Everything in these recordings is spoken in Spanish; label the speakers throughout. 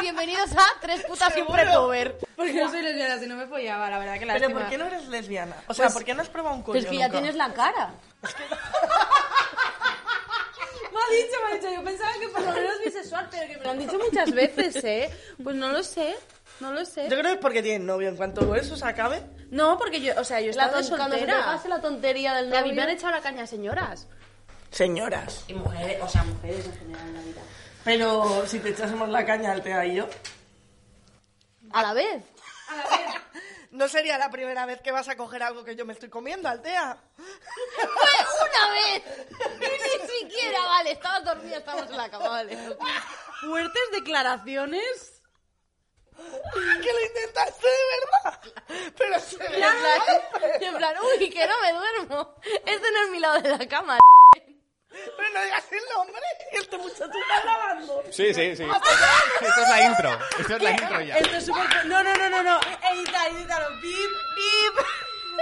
Speaker 1: bienvenidos a Tres Putas y un
Speaker 2: Seguro.
Speaker 1: Precover.
Speaker 2: Porque no soy lesbiana, si no me follaba, la verdad que la
Speaker 3: Pero ¿por qué no eres lesbiana? O sea, pues ¿por qué no has probado un
Speaker 1: Pero
Speaker 3: cuello
Speaker 1: es que ya
Speaker 3: nunca?
Speaker 1: tienes la cara.
Speaker 2: Me ha dicho, me ha dicho. Yo pensaba que por lo menos bisexual, pero que me lo han dicho muchas veces, ¿eh? Pues no lo sé. No lo sé.
Speaker 3: Yo creo que es porque tienes novio. En cuanto eso se acabe,
Speaker 2: No, porque yo, o sea, yo
Speaker 1: La
Speaker 2: estaba
Speaker 1: ton- cuando se te
Speaker 2: soltera.
Speaker 1: pase la tontería del
Speaker 2: A mí me han
Speaker 1: novio.
Speaker 2: echado la caña, señoras.
Speaker 3: señoras.
Speaker 2: Y mujeres, o sea, mujeres en general en la vida.
Speaker 3: Pero si te echásemos la caña al Tea y yo,
Speaker 1: A la vez.
Speaker 3: no sería la primera vez que vas a coger algo que yo me estoy comiendo, Altea. Ah,
Speaker 1: ¡Fue una vez! Y ni siquiera, vale, estabas dormida, estábamos en la cama, vale.
Speaker 2: Fuertes declaraciones.
Speaker 3: Que lo intentaste de verdad. Pero se
Speaker 1: Y
Speaker 3: ve.
Speaker 1: en plan, y en plan, uy, que no me duermo. Este no es mi lado de la cama.
Speaker 3: Pero no digas el nombre. Este muchacho está grabando.
Speaker 4: Sí, sí, sí. Esto es la intro. Esto es la intro ya.
Speaker 2: Esto es súper... No, no, no, no, no.
Speaker 1: Eh,
Speaker 2: Edita, edítalo. Bip, bip.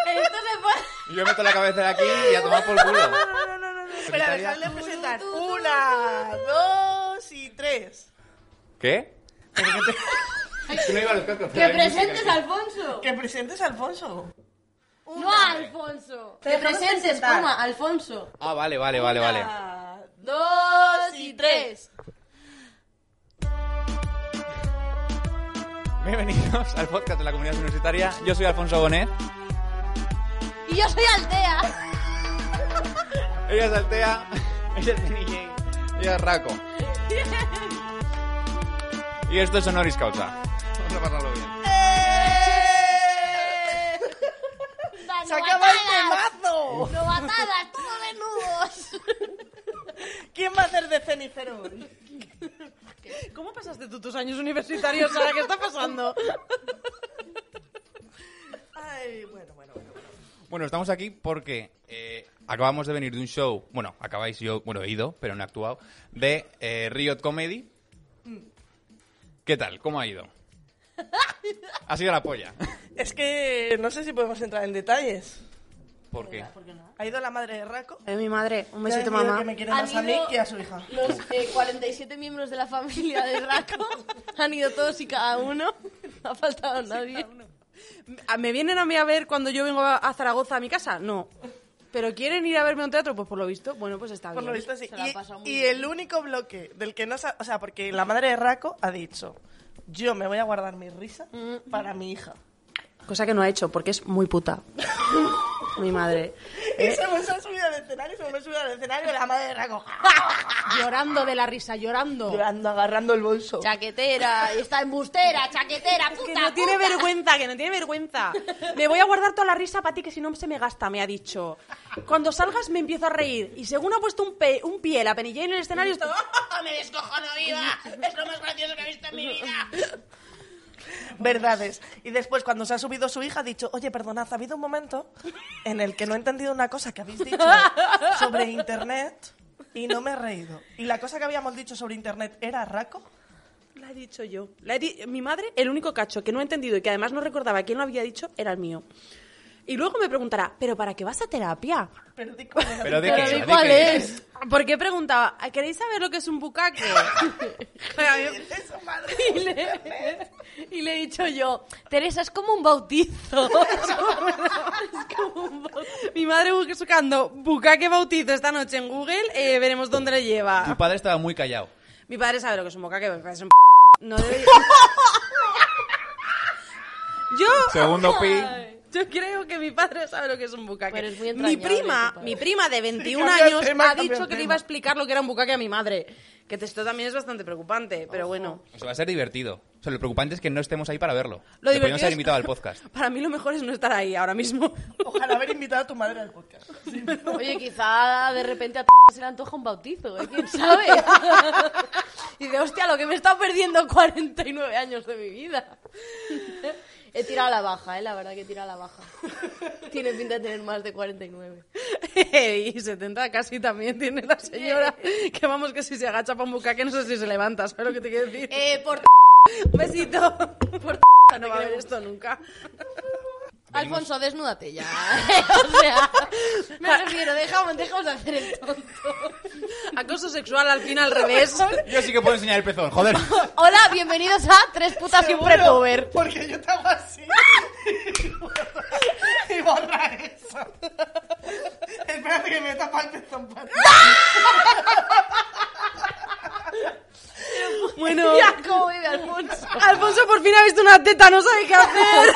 Speaker 1: Esto se pone...
Speaker 4: Yo meto la cabeza aquí y a tomar por
Speaker 2: No,
Speaker 4: culo.
Speaker 2: no, no, no, no.
Speaker 3: Espera, dejadle presentar. Una, dos y tres.
Speaker 4: ¿Qué? Es que no iba a los cascos.
Speaker 1: ¡Que presentes, Alfonso!
Speaker 3: Que presentes a Alfonso.
Speaker 1: ¡No a Alfonso!
Speaker 2: Te
Speaker 1: ¡Que
Speaker 2: dejamos
Speaker 1: presentes,
Speaker 2: presentar.
Speaker 1: coma, Alfonso!
Speaker 4: Ah, vale, vale, vale, vale.
Speaker 3: Ah,
Speaker 1: Dos y tres.
Speaker 4: Bienvenidos al podcast de la comunidad universitaria. Yo soy Alfonso Bonet.
Speaker 1: Y yo soy Altea.
Speaker 4: Ella es Altea. Ella es Penny Jane. Ella es Raco. Y esto es Honoris Causa. Vamos a pasarlo bien.
Speaker 3: ¡Eh! ¡Se acaba el
Speaker 1: Novatadas.
Speaker 3: temazo!
Speaker 1: Novatadas, todo desnudos.
Speaker 3: ¿Quién va a hacer de cenicero hoy?
Speaker 2: ¿Cómo pasaste tú tus años universitarios, Sara? ¿Qué está pasando?
Speaker 3: Ay, bueno, bueno, bueno. bueno.
Speaker 4: Bueno, estamos aquí porque eh, acabamos de venir de un show. Bueno, acabáis yo. Bueno, he ido, pero no he actuado. De eh, Riot Comedy. Mm. ¿Qué tal? ¿Cómo ha ido? Ha sido la polla.
Speaker 3: Es que no sé si podemos entrar en detalles.
Speaker 4: ¿Por qué?
Speaker 3: ¿Ha ido la madre de Raco?
Speaker 2: Eh, mi madre. Un
Speaker 3: Ya
Speaker 2: besito,
Speaker 3: he
Speaker 2: mamá.
Speaker 3: decidido que me quiere más a mí que a su hija.
Speaker 1: Los eh, 47 miembros de la familia de Raco han ido todos y cada uno. No ha faltado nadie.
Speaker 2: ¿A- Ah, ¿Me vienen a mí a ver cuando yo vengo a- a Zaragoza a mi casa? No. ¿Pero quieren ir a verme a un teatro? Pues por lo visto, bueno, pues está
Speaker 3: Por
Speaker 2: bien.
Speaker 3: lo visto, sí.
Speaker 1: se la
Speaker 3: Y-
Speaker 1: ha pasado muy
Speaker 3: Y,
Speaker 1: bien.
Speaker 3: el único bloque del que no sa- O sea, porque la madre de Raco ha dicho: Yo me voy a guardar mi risa
Speaker 1: Mm.
Speaker 3: para mi hija.
Speaker 2: Cosa que no ha hecho, porque es muy puta. mi madre.
Speaker 1: ¿Eh?
Speaker 3: Y se me ha subido al escenario, se me ha subido al escenario la madre de Raco.
Speaker 2: Llorando de la risa, llorando.
Speaker 3: Llorando, agarrando el bolso.
Speaker 1: Chaquetera, está embustera, chaquetera, puta.
Speaker 2: Que no tiene
Speaker 1: puta.
Speaker 2: vergüenza, que no tiene vergüenza. Me voy a guardar toda la risa para ti, que si no se me gasta, me ha dicho. Cuando salgas me empiezo a reír. Y según ha puesto un, pe- un pie la penilla en el escenario, está...
Speaker 3: ¡Me descojono viva! ¡Es lo más gracioso que he visto en mi vida! Verdades. Y después, cuando se ha subido su hija, ha dicho, oye, perdonad, ha habido un momento en el que no he entendido una cosa que habéis dicho sobre Internet y no me he reído. Y la cosa que habíamos dicho sobre Internet era raco.
Speaker 2: La he dicho yo. La he di- Mi madre, el único cacho que no he entendido y que además no recordaba quién lo había dicho, era el mío. Y luego me preguntará, ¿pero para qué vas a terapia?
Speaker 3: Pero di cuál era.
Speaker 4: Pero de
Speaker 1: Pero
Speaker 4: qué,
Speaker 1: di
Speaker 4: de
Speaker 1: cuál
Speaker 4: qué.
Speaker 1: es.
Speaker 2: Porque preguntaba, ¿queréis saber lo que es un bucaque? A mí-
Speaker 3: Eso, madre.
Speaker 1: Y le, y le he dicho yo, Teresa, es como un bautizo.
Speaker 2: Mi madre buscando bucaque bautizo esta noche en Google, eh, veremos dónde le
Speaker 4: Tu
Speaker 2: lleva.
Speaker 4: padre estaba muy callado.
Speaker 2: Mi padre sabe lo que es un bucaque, porque es un... No debe- Yo...
Speaker 4: Segundo pi.
Speaker 2: Yo creo que mi padre sabe lo que es un bucaque.
Speaker 1: Pero es muy
Speaker 2: mi
Speaker 1: entrañable, tu
Speaker 2: prima,
Speaker 1: padre.
Speaker 2: mi prima de 21
Speaker 3: cambia el
Speaker 2: años
Speaker 3: tema,
Speaker 2: ha
Speaker 3: cambia
Speaker 2: dicho
Speaker 3: el
Speaker 2: que le
Speaker 3: tema.
Speaker 2: iba a explicar lo que era un bucaque a mi madre. Que esto también es bastante preocupante, pero bueno.
Speaker 4: O sea, va a ser divertido. O sea, lo preocupante es que no estemos ahí para verlo.
Speaker 2: Lo
Speaker 4: Te podríamos
Speaker 2: divertido
Speaker 4: haber
Speaker 2: es-
Speaker 4: invitado al podcast.
Speaker 2: Para mí lo mejor es no estar ahí ahora mismo.
Speaker 3: Ojalá haber invitado a tu madre al podcast.
Speaker 1: Oye, quizá de repente a t- se le antoja un bautizo, ¿eh? ¿Quién sabe? y de hostia, lo que me he estado perdiendo 49 años de mi vida. he tirado la baja, ¿eh? La verdad que he tirado la baja. Tiene pinta de tener más de 49.
Speaker 2: y 70 casi también tiene la señora. Que vamos, que si se agacha para un bucaque no sé si se levanta, ¿sabes lo que te quiero decir?
Speaker 1: Eh, por...
Speaker 2: Un besito. Por no va a ver esto nunca.
Speaker 4: venimos-
Speaker 1: Alfonso, desnúdate ya. o sea,
Speaker 3: Ah.
Speaker 1: me refiero, dejamos, dejamos de hacer el tonto.
Speaker 2: Acoso sexual al fin al revés.
Speaker 4: Yo sí que puedo enseñar el pezón, joder.
Speaker 1: Hola, bienvenidos a Tres Putas y un
Speaker 3: Seguro,
Speaker 1: Pretover.
Speaker 3: Porque yo te hago así. y borra eso. Espérate que me tapa el pezón. para-
Speaker 2: Bueno,
Speaker 1: Mira cómo vive Alfonso.
Speaker 2: Alfonso por fin ha visto una teta, no sabe qué hacer.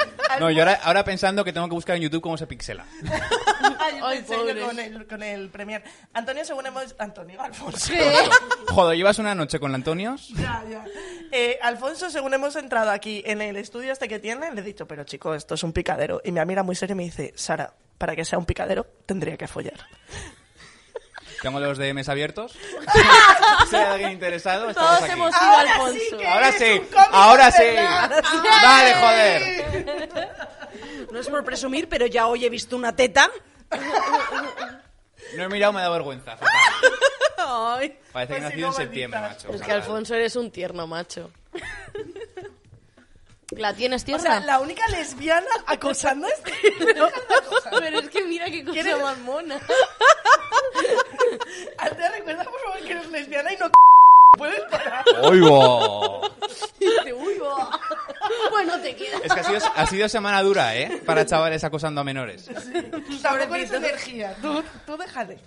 Speaker 4: No, yo ahora, ahora pensando que tengo que buscar en YouTube cómo se pixela.
Speaker 3: Ay, yo te
Speaker 1: Ay,
Speaker 3: enseño
Speaker 1: pobres.
Speaker 3: con el, con el Premier. Antonio, según hemos. Antonio, Alfonso.
Speaker 4: Joder, llevas una noche con la Antonios.
Speaker 3: Ya, ya. Eh, Alfonso, según hemos entrado aquí en el estudio este que tiene, le he dicho, pero chico, esto es un picadero. Y me mira muy serio y me dice, Sara, para que sea un picadero, tendría que follar.
Speaker 4: Tengo los DMs abiertos. si hay alguien interesado, estamos
Speaker 1: Todos
Speaker 4: aquí.
Speaker 1: hemos sido
Speaker 3: Ahora
Speaker 1: Alfonso.
Speaker 3: sí que-
Speaker 4: Ahora
Speaker 3: eres
Speaker 4: sí,
Speaker 3: un cómico,
Speaker 4: ahora sí.
Speaker 3: ¿verdad?
Speaker 4: Vale, joder.
Speaker 2: No es por presumir, pero ya hoy he visto una teta.
Speaker 4: No he mirado, me da vergüenza. fatal.
Speaker 2: Ay.
Speaker 4: Parece
Speaker 3: Pues si
Speaker 4: que nacido
Speaker 3: no
Speaker 4: en septiembre,
Speaker 3: vomitas.
Speaker 4: macho.
Speaker 1: Es que
Speaker 4: fatal.
Speaker 1: Alfonso eres un tierno macho. ¿La tienes
Speaker 3: O
Speaker 1: tierna?
Speaker 3: sea, la única lesbiana acosando este es
Speaker 1: Pero es que mira qué cosa más mona.
Speaker 3: Altea, recuerda por favor que eres lesbiana y no c- puedes parar.
Speaker 4: ¡Oigo!
Speaker 1: Dice, uy, va. Bueno, te queda.
Speaker 4: Es que ha sido, ha sido semana dura, ¿eh? Para chavales acosando a menores.
Speaker 3: Tampoco eres energía. Tú, tú déjale.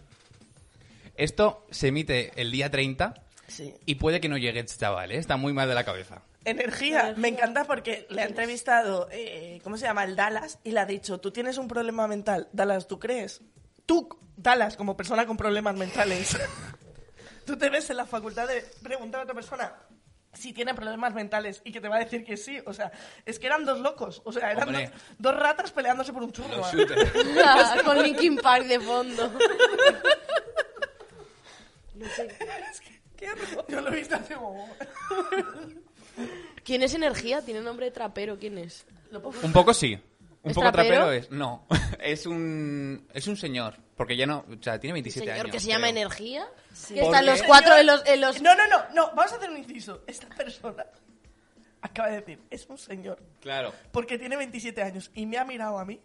Speaker 4: Esto se emite el día 30
Speaker 3: Sí.
Speaker 4: y puede que no llegue este chaval, ¿eh? Está muy mal de la cabeza.
Speaker 3: Energía. Me encanta porque le ha entrevistado, eh, ¿cómo se llama? El Dallas y le ha dicho, tú tienes un problema mental. Dallas, ¿tú crees? Tú, Dallas, como persona con problemas mentales. tú te ves en la facultad de preguntar a otra persona si tiene problemas mentales y que te va a decir que sí. O sea, es que eran dos locos. O sea, eran
Speaker 4: Hombre.
Speaker 3: dos, dos ratas peleándose por un churro. ¿eh?
Speaker 1: Ah, Con Linkin Park de fondo.
Speaker 3: Yo lo he visto hace como...
Speaker 1: ¿Quién es Energía? Tiene nombre de trapero, ¿quién es?
Speaker 4: Un poco sí. Un
Speaker 1: ¿Es
Speaker 4: poco
Speaker 1: trapero?
Speaker 4: trapero es. No. Es un. Es un señor. Porque ya no. O sea, tiene 27
Speaker 1: Señor
Speaker 4: años.
Speaker 1: que se llama
Speaker 4: creo.
Speaker 1: Energía. Que
Speaker 4: ¿Por
Speaker 1: están
Speaker 4: qué?
Speaker 1: los cuatro en los, en los-
Speaker 3: No, no, no, no, vamos a hacer un inciso. Esta persona acaba de decir, es un señor,
Speaker 4: Claro.
Speaker 3: porque tiene 27 años y me ha mirado a mí.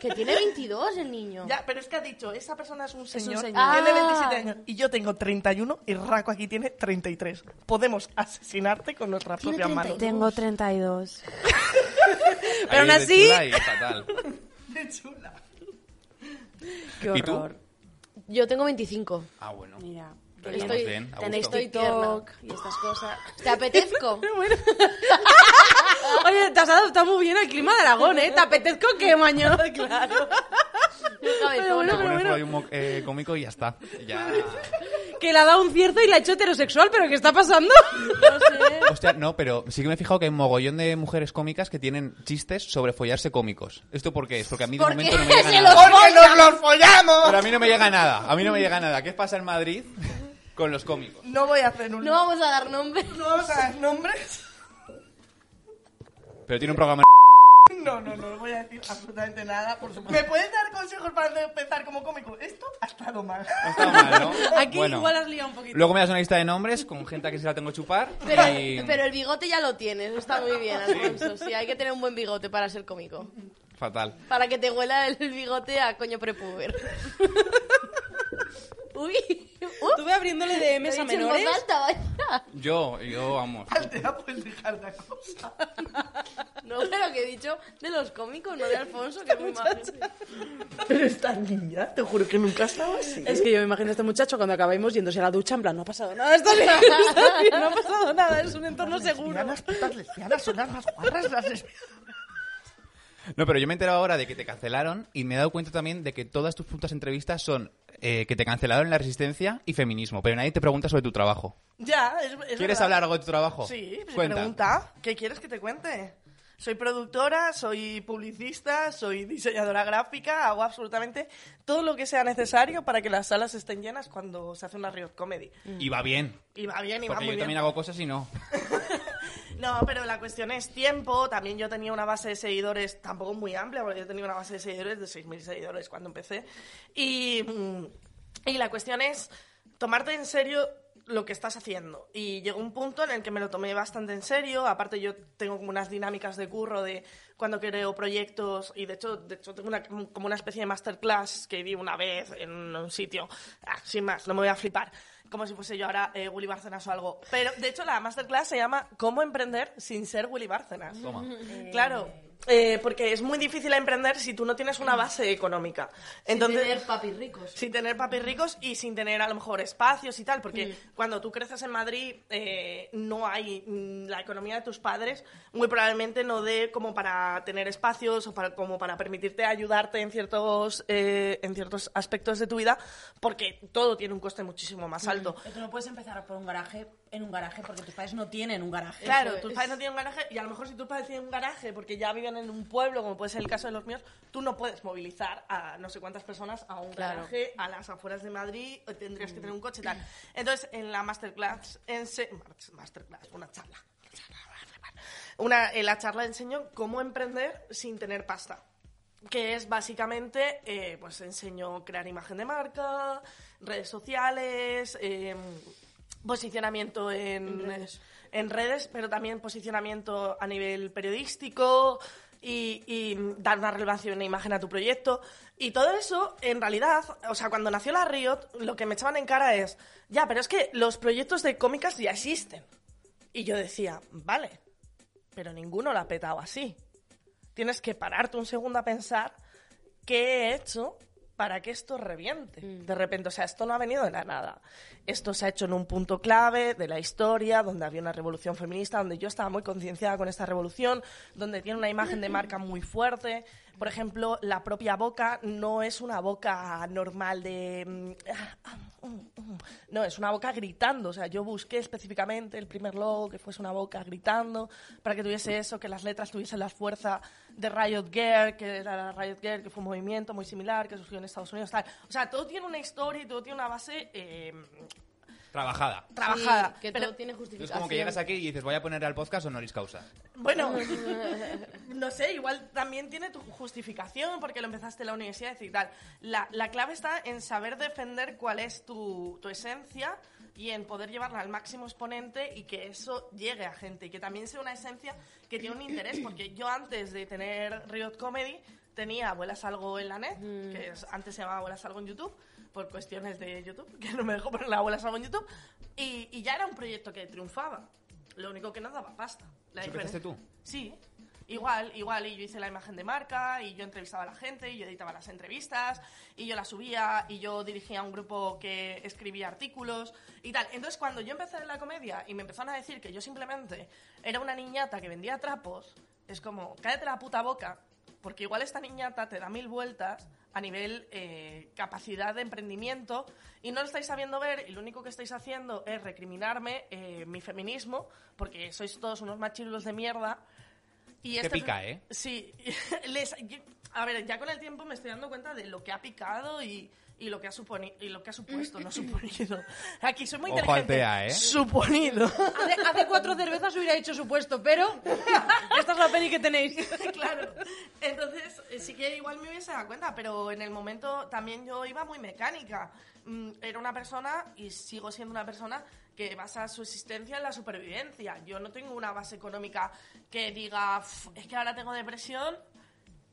Speaker 1: Que tiene 22 el niño.
Speaker 3: Ah. Ya, pero es que ha dicho, esa persona es un señor,
Speaker 1: señor.
Speaker 3: tiene
Speaker 1: Ah.
Speaker 3: 27 años y yo tengo 31 y Raco aquí tiene 33. Podemos asesinarte con nuestras
Speaker 1: Tiene
Speaker 3: propias manos.
Speaker 1: 32.
Speaker 5: Tengo 32.
Speaker 4: Pero
Speaker 2: aún así-
Speaker 4: fatal.
Speaker 3: De chula.
Speaker 5: Qué
Speaker 4: ¿Y tú?
Speaker 5: horror.
Speaker 1: Yo tengo 25.
Speaker 4: Ah, bueno.
Speaker 5: Mira.
Speaker 4: Pero estamos
Speaker 1: Estoy-
Speaker 4: bien, a
Speaker 1: tenéis-
Speaker 4: gusto.
Speaker 1: estoy tierna.
Speaker 5: TikTok y estas cosas.
Speaker 1: ¿Te apetezco?
Speaker 2: Oye, te has adaptado muy bien al clima de Aragón, ¿eh? ¿Te apetezco que mañana? Claro.
Speaker 1: Cabezona.
Speaker 2: bueno,
Speaker 4: Te
Speaker 2: pero
Speaker 4: pones
Speaker 2: bueno.
Speaker 4: por ahí un mo- eh, cómico y ya está. Ya.
Speaker 2: Que le ha dado un cierzo y la ha hecho heterosexual, pero ¿qué está pasando?
Speaker 4: Hostia, no, pero sí que me he fijado que hay un mogollón de mujeres cómicas que tienen chistes sobre follarse cómicos. ¿Esto por qué es? Porque a mí de
Speaker 1: ¿Por
Speaker 4: momento
Speaker 1: qué
Speaker 4: no me llega
Speaker 1: se
Speaker 4: nada.
Speaker 1: los
Speaker 3: ¡Porque nos los
Speaker 4: Pero a
Speaker 3: follamos!
Speaker 4: mí no me llega nada. A mí no me llega nada. ¿Qué pasa en Madrid con los cómicos?
Speaker 3: No voy a hacer un...
Speaker 1: No vamos a dar nombre.
Speaker 3: no vamos a dar nombres.
Speaker 4: Pero tiene un programa.
Speaker 3: No, no, no voy a decir absolutamente nada, por supuesto. ¿Me puedes dar consejos para empezar como cómico? Esto ha estado mal.
Speaker 4: No está mal, ¿no?
Speaker 2: Aquí
Speaker 4: Bueno.
Speaker 2: igual has liado un poquito.
Speaker 4: Luego me das una lista de nombres con gente a que se la tengo que chupar.
Speaker 1: Pero,
Speaker 4: y-
Speaker 1: pero el bigote ya lo tienes, está muy bien, Alfonso. Sí, hay que tener un buen bigote para ser cómico.
Speaker 4: Fatal.
Speaker 1: Para que te huela el bigote a coño prepuber. Uy, uh,
Speaker 2: Estuve abriéndole DMs
Speaker 1: lo
Speaker 2: a
Speaker 1: he dicho en voz
Speaker 2: menores.
Speaker 1: alta, vaya.
Speaker 4: Yo, yo, vamos.
Speaker 3: Altea, puedes pues, dejar la cosa.
Speaker 1: No, pero que he dicho de los cómicos, no de Alfonso, que es muy malo.
Speaker 3: Pero esta niña, te juro que nunca ha estado así.
Speaker 2: Es que yo me imagino a este muchacho cuando acabemos yéndose a la ducha, en plan, no ha pasado nada, está bien, está bien, no ha pasado nada, es un entorno seguro.
Speaker 3: Lesbianas, putas lesbianas, son las más guarras las lesbianas.
Speaker 4: No, pero yo me he enterado ahora de que te cancelaron y me he dado cuenta también de que todas tus putas entrevistas son eh, que te cancelaron la resistencia y feminismo, pero nadie te pregunta sobre tu trabajo.
Speaker 3: Ya, es, es
Speaker 4: ¿Quieres
Speaker 3: verdad.
Speaker 4: hablar algo de tu trabajo?
Speaker 3: Sí, pues
Speaker 4: Cuenta.
Speaker 3: pregunta. ¿Qué quieres que te cuente? Soy productora, soy publicista, soy diseñadora gráfica, hago absolutamente todo lo que sea necesario para que las salas estén llenas cuando se hace una Riot Comedy.
Speaker 4: Y va bien.
Speaker 3: Y va bien, y va muy
Speaker 4: Porque yo
Speaker 3: bien.
Speaker 4: también hago cosas y no.
Speaker 3: No, pero la cuestión es tiempo. También yo tenía una base de seguidores tampoco muy amplia, porque yo tenía una base de seguidores de 6.000 seguidores cuando empecé. Y, mm, y la cuestión es tomarte en serio lo que estás haciendo. Y llegó un punto en el que me lo tomé bastante en serio. Aparte, yo tengo como unas dinámicas de curro de cuando creo proyectos. Y de hecho, de hecho tengo una- como una especie de masterclass que di una vez en un sitio. Ah, sin más, no me voy a flipar. Como si fuese yo ahora eh, Willy Bárcenas o algo. Pero, de hecho, la masterclass se llama ¿Cómo emprender sin ser Willy Bárcenas?
Speaker 4: Toma.
Speaker 3: Claro. eh, porque es muy difícil emprender si tú no tienes una base económica. Entonces,
Speaker 1: Entonces, tener papis ricos.
Speaker 3: sin tener papis ricos y sin tener a lo mejor espacios y tal, porque cuando tú creces en Madrid eh, no hay mm, la economía de tus padres, muy probablemente no dé como para tener espacios o para, como para permitirte ayudarte en ciertos, eh, en ciertos aspectos de tu vida, porque todo tiene un coste muchísimo más alto.
Speaker 6: Pero tú no puedes empezar por un garaje en un garaje porque tus padres no tienen un garaje.
Speaker 3: Claro, tus padres no tienen un garaje y a lo mejor si tus padres tienen un garaje porque ya viven en un pueblo, como puede ser el caso de los míos, tú no puedes movilizar a no sé cuántas personas a un garaje a las afueras de Madrid, o tendrías que tener un coche y tal. Entonces, en la masterclass, en se- masterclass, una charla, una, en la charla enseño cómo emprender sin tener pasta. Que es básicamente, eh, pues enseño crear imagen de marca, redes sociales, em, posicionamiento en, en redes. pero también posicionamiento a nivel periodístico y, y dar una relevancia y una imagen a tu proyecto. Y todo eso, en realidad, o sea, cuando nació la Riot, lo que me echaban en cara es, ya, pero es que los proyectos de cómicas ya existen. Y yo decía, vale, pero ninguno la ha petado así. Tienes que pararte un segundo a pensar qué he hecho para que esto reviente. De repente, o sea, esto no ha venido de la nada. Esto se ha hecho en un punto clave de la historia, donde había una revolución feminista, donde yo estaba muy concienciada con esta revolución, donde tiene una imagen de marca muy fuerte. Por ejemplo, la propia boca no es una boca normal de... mm, ah, ah, mm, mm. No, es una boca gritando. O sea, yo busqué específicamente el primer logo que fuese una boca gritando para que tuviese eso, que las letras tuviesen la fuerza de Riot Girl, que era la Riot Girl, que fue un movimiento muy similar que surgió en Estados Unidos. Tal. O sea, todo tiene una historia y todo tiene una base eh,
Speaker 4: Trabajada.
Speaker 3: trabajada.
Speaker 1: Sí, que
Speaker 3: Pero-
Speaker 1: todo tiene
Speaker 4: Es
Speaker 1: justificación.
Speaker 4: como que llegas aquí y dices, voy a poner al podcast honoris causa.
Speaker 3: Bueno, no sé, igual también tiene tu justificación porque lo empezaste en la universidad y tal. La, la clave está en saber defender cuál es tu, tu esencia y en poder llevarla al máximo exponente y que eso llegue a gente y que también sea una esencia que tiene un interés. Porque yo antes de tener Riot Comedy tenía Abuelas Algo en la net, que es- antes se llamaba Abuelas Algo en YouTube, por cuestiones de YouTube, que no me dejó poner la Abuelas Algo en YouTube, y, y ya era un proyecto que triunfaba. Lo único que no daba pasta. La
Speaker 4: ¿Eso empezaste
Speaker 3: diferencia-
Speaker 4: tú?
Speaker 3: Sí, igual, igual. Y yo hice la imagen de marca, y yo entrevistaba a la gente, y yo editaba las entrevistas, y yo las subía, y yo dirigía un grupo que escribía artículos y tal. Entonces, cuando yo empecé en la comedia y me empezaron a decir que yo simplemente era una niñata que vendía trapos, es como, cállate la puta boca, porque igual esta niñata te da mil vueltas a nivel eh, capacidad de emprendimiento y no lo estáis sabiendo ver y lo único que estáis haciendo es recriminarme eh, mi feminismo porque sois todos unos machirulos de mierda. Y
Speaker 4: Que
Speaker 3: este-
Speaker 4: pica, ¿eh?
Speaker 3: Sí. les- yo- a ver, ya con el tiempo me estoy dando cuenta de lo que ha picado y, y lo, que ha suponi- y lo que ha supuesto, no suponido. Aquí soy muy
Speaker 4: Ojo
Speaker 3: inteligente.
Speaker 4: al TEA, ¿eh?
Speaker 3: Suponido.
Speaker 2: Hace, hace cuatro cervezas hubiera hecho supuesto, pero esta es la peli que tenéis.
Speaker 3: claro. Entonces, eh, sí que igual me hubiese dado cuenta, pero en el momento también yo iba muy mecánica. Mm, Era una persona, y sigo siendo una persona, que basa su existencia en la supervivencia. Yo no tengo una base económica que diga, "Uf, es que ahora tengo depresión,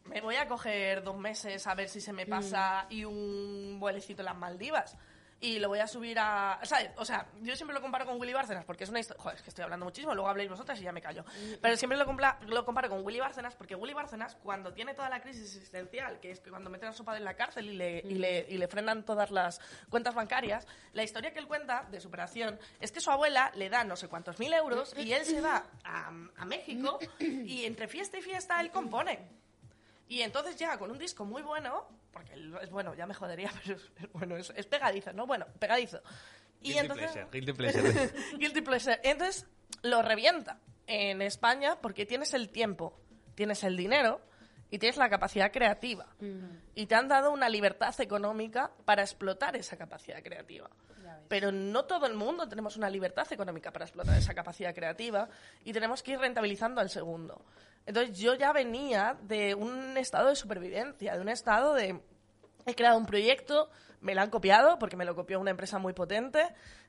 Speaker 3: me voy a coger dos meses a ver si se me pasa y un vuelecito en las Maldivas. Y lo voy a subir a... ¿sabes? O sea, yo siempre lo comparo con Willy Bárcenas porque es una historia... Joder, es que estoy hablando muchísimo, luego habléis vosotras y ya me callo. Pero siempre lo, compla- lo comparo con Willy Bárcenas porque Willy Bárcenas, cuando tiene toda la crisis existencial, que es que cuando meten a su padre en la cárcel y le, y le, y le frenan todas las cuentas bancarias, la historia que él cuenta de superación es que su abuela le da no sé cuántos mil euros y él se va a, a México y entre fiesta y fiesta él compone. Y entonces llega con un disco muy bueno, porque el- es bueno, ya me jodería, pero es, es bueno, es, es pegadizo, ¿no? Bueno, pegadizo. Y
Speaker 4: Guilty
Speaker 3: entonces...
Speaker 4: pleasure, guilty pleasure.
Speaker 3: Guilty pleasure. Entonces lo revienta en España porque tienes el tiempo, tienes el dinero y tienes la capacidad creativa. Y te han dado una libertad económica para explotar esa capacidad creativa. Pero no todo el mundo tenemos una libertad económica para explotar esa capacidad creativa y tenemos que ir rentabilizando al segundo. Entonces yo ya venía de un estado de supervivencia, de un estado de He creado un proyecto, me lo han copiado porque me lo copió una empresa muy potente.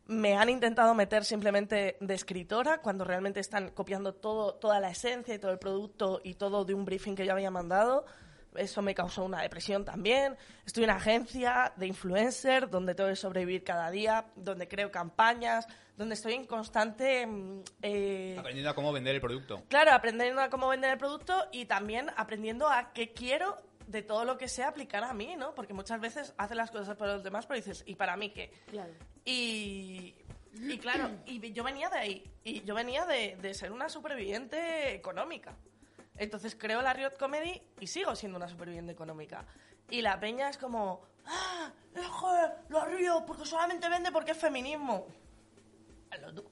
Speaker 3: Me han intentado meter simplemente de escritora cuando realmente están copiando todo, toda la esencia y todo el producto y todo de un briefing que yo había mandado. Eso me causó una depresión también. Estoy en una agencia de influencer donde tengo que sobrevivir cada día, donde creo campañas, donde estoy en constante... mm, eh,
Speaker 4: Aprendiendo a cómo vender el producto.
Speaker 3: Claro, aprendiendo a cómo vender el producto y también aprendiendo a qué quiero de todo lo que sea aplicar a mí, ¿no? Porque muchas veces haces las cosas para los demás, pero dices, ¿y para mí qué?
Speaker 1: Claro.
Speaker 3: Y, y claro, y yo venía de ahí. Y yo venía de, de ser una superviviente económica. Entonces creo la Riot Comedy y sigo siendo una superviviente económica. Y la peña es como, ¡ah! eh, joder, la Riot, porque solamente vende porque es feminismo. Hazlo tú.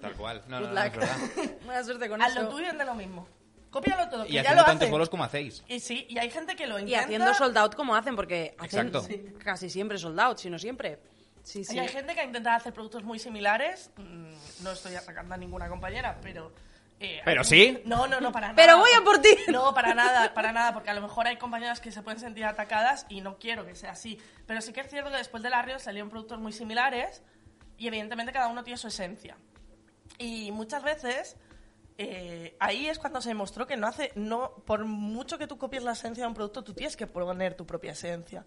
Speaker 4: Tal cual. No, no, no,
Speaker 2: Ah,
Speaker 4: es verdad.
Speaker 2: Buena suerte con
Speaker 3: Hazlo
Speaker 2: eso.
Speaker 3: tú y vende lo mismo. Cópialo todo, que
Speaker 4: Y
Speaker 3: ya lo
Speaker 4: haciendo tantos
Speaker 3: hacen.
Speaker 4: bolos como hacéis.
Speaker 3: Y sí, y hay gente que lo
Speaker 2: Y
Speaker 3: intenta.
Speaker 2: haciendo sold out como hacen, porque hacen
Speaker 4: Exacto.
Speaker 2: casi siempre sold out, si no siempre. Sí,
Speaker 3: Y
Speaker 2: sí.
Speaker 3: hay gente que ha intentado hacer productos muy similares. Mm, No estoy atacando a ninguna compañera, pero... eh,
Speaker 4: Pero
Speaker 3: hay-
Speaker 4: sí.
Speaker 3: No, no, no, para nada.
Speaker 2: Pero voy a por ti.
Speaker 3: No, para nada, para nada, porque a lo mejor hay compañeras que se pueden sentir atacadas y no quiero que sea así. Pero sí que es cierto que después del Rio salieron productos muy similares y evidentemente cada uno tiene su esencia. Y muchas veces eh, ahí es cuando se demostró que no hace, no, por mucho que tú copies la esencia de un producto, tú tienes que poner tu propia esencia.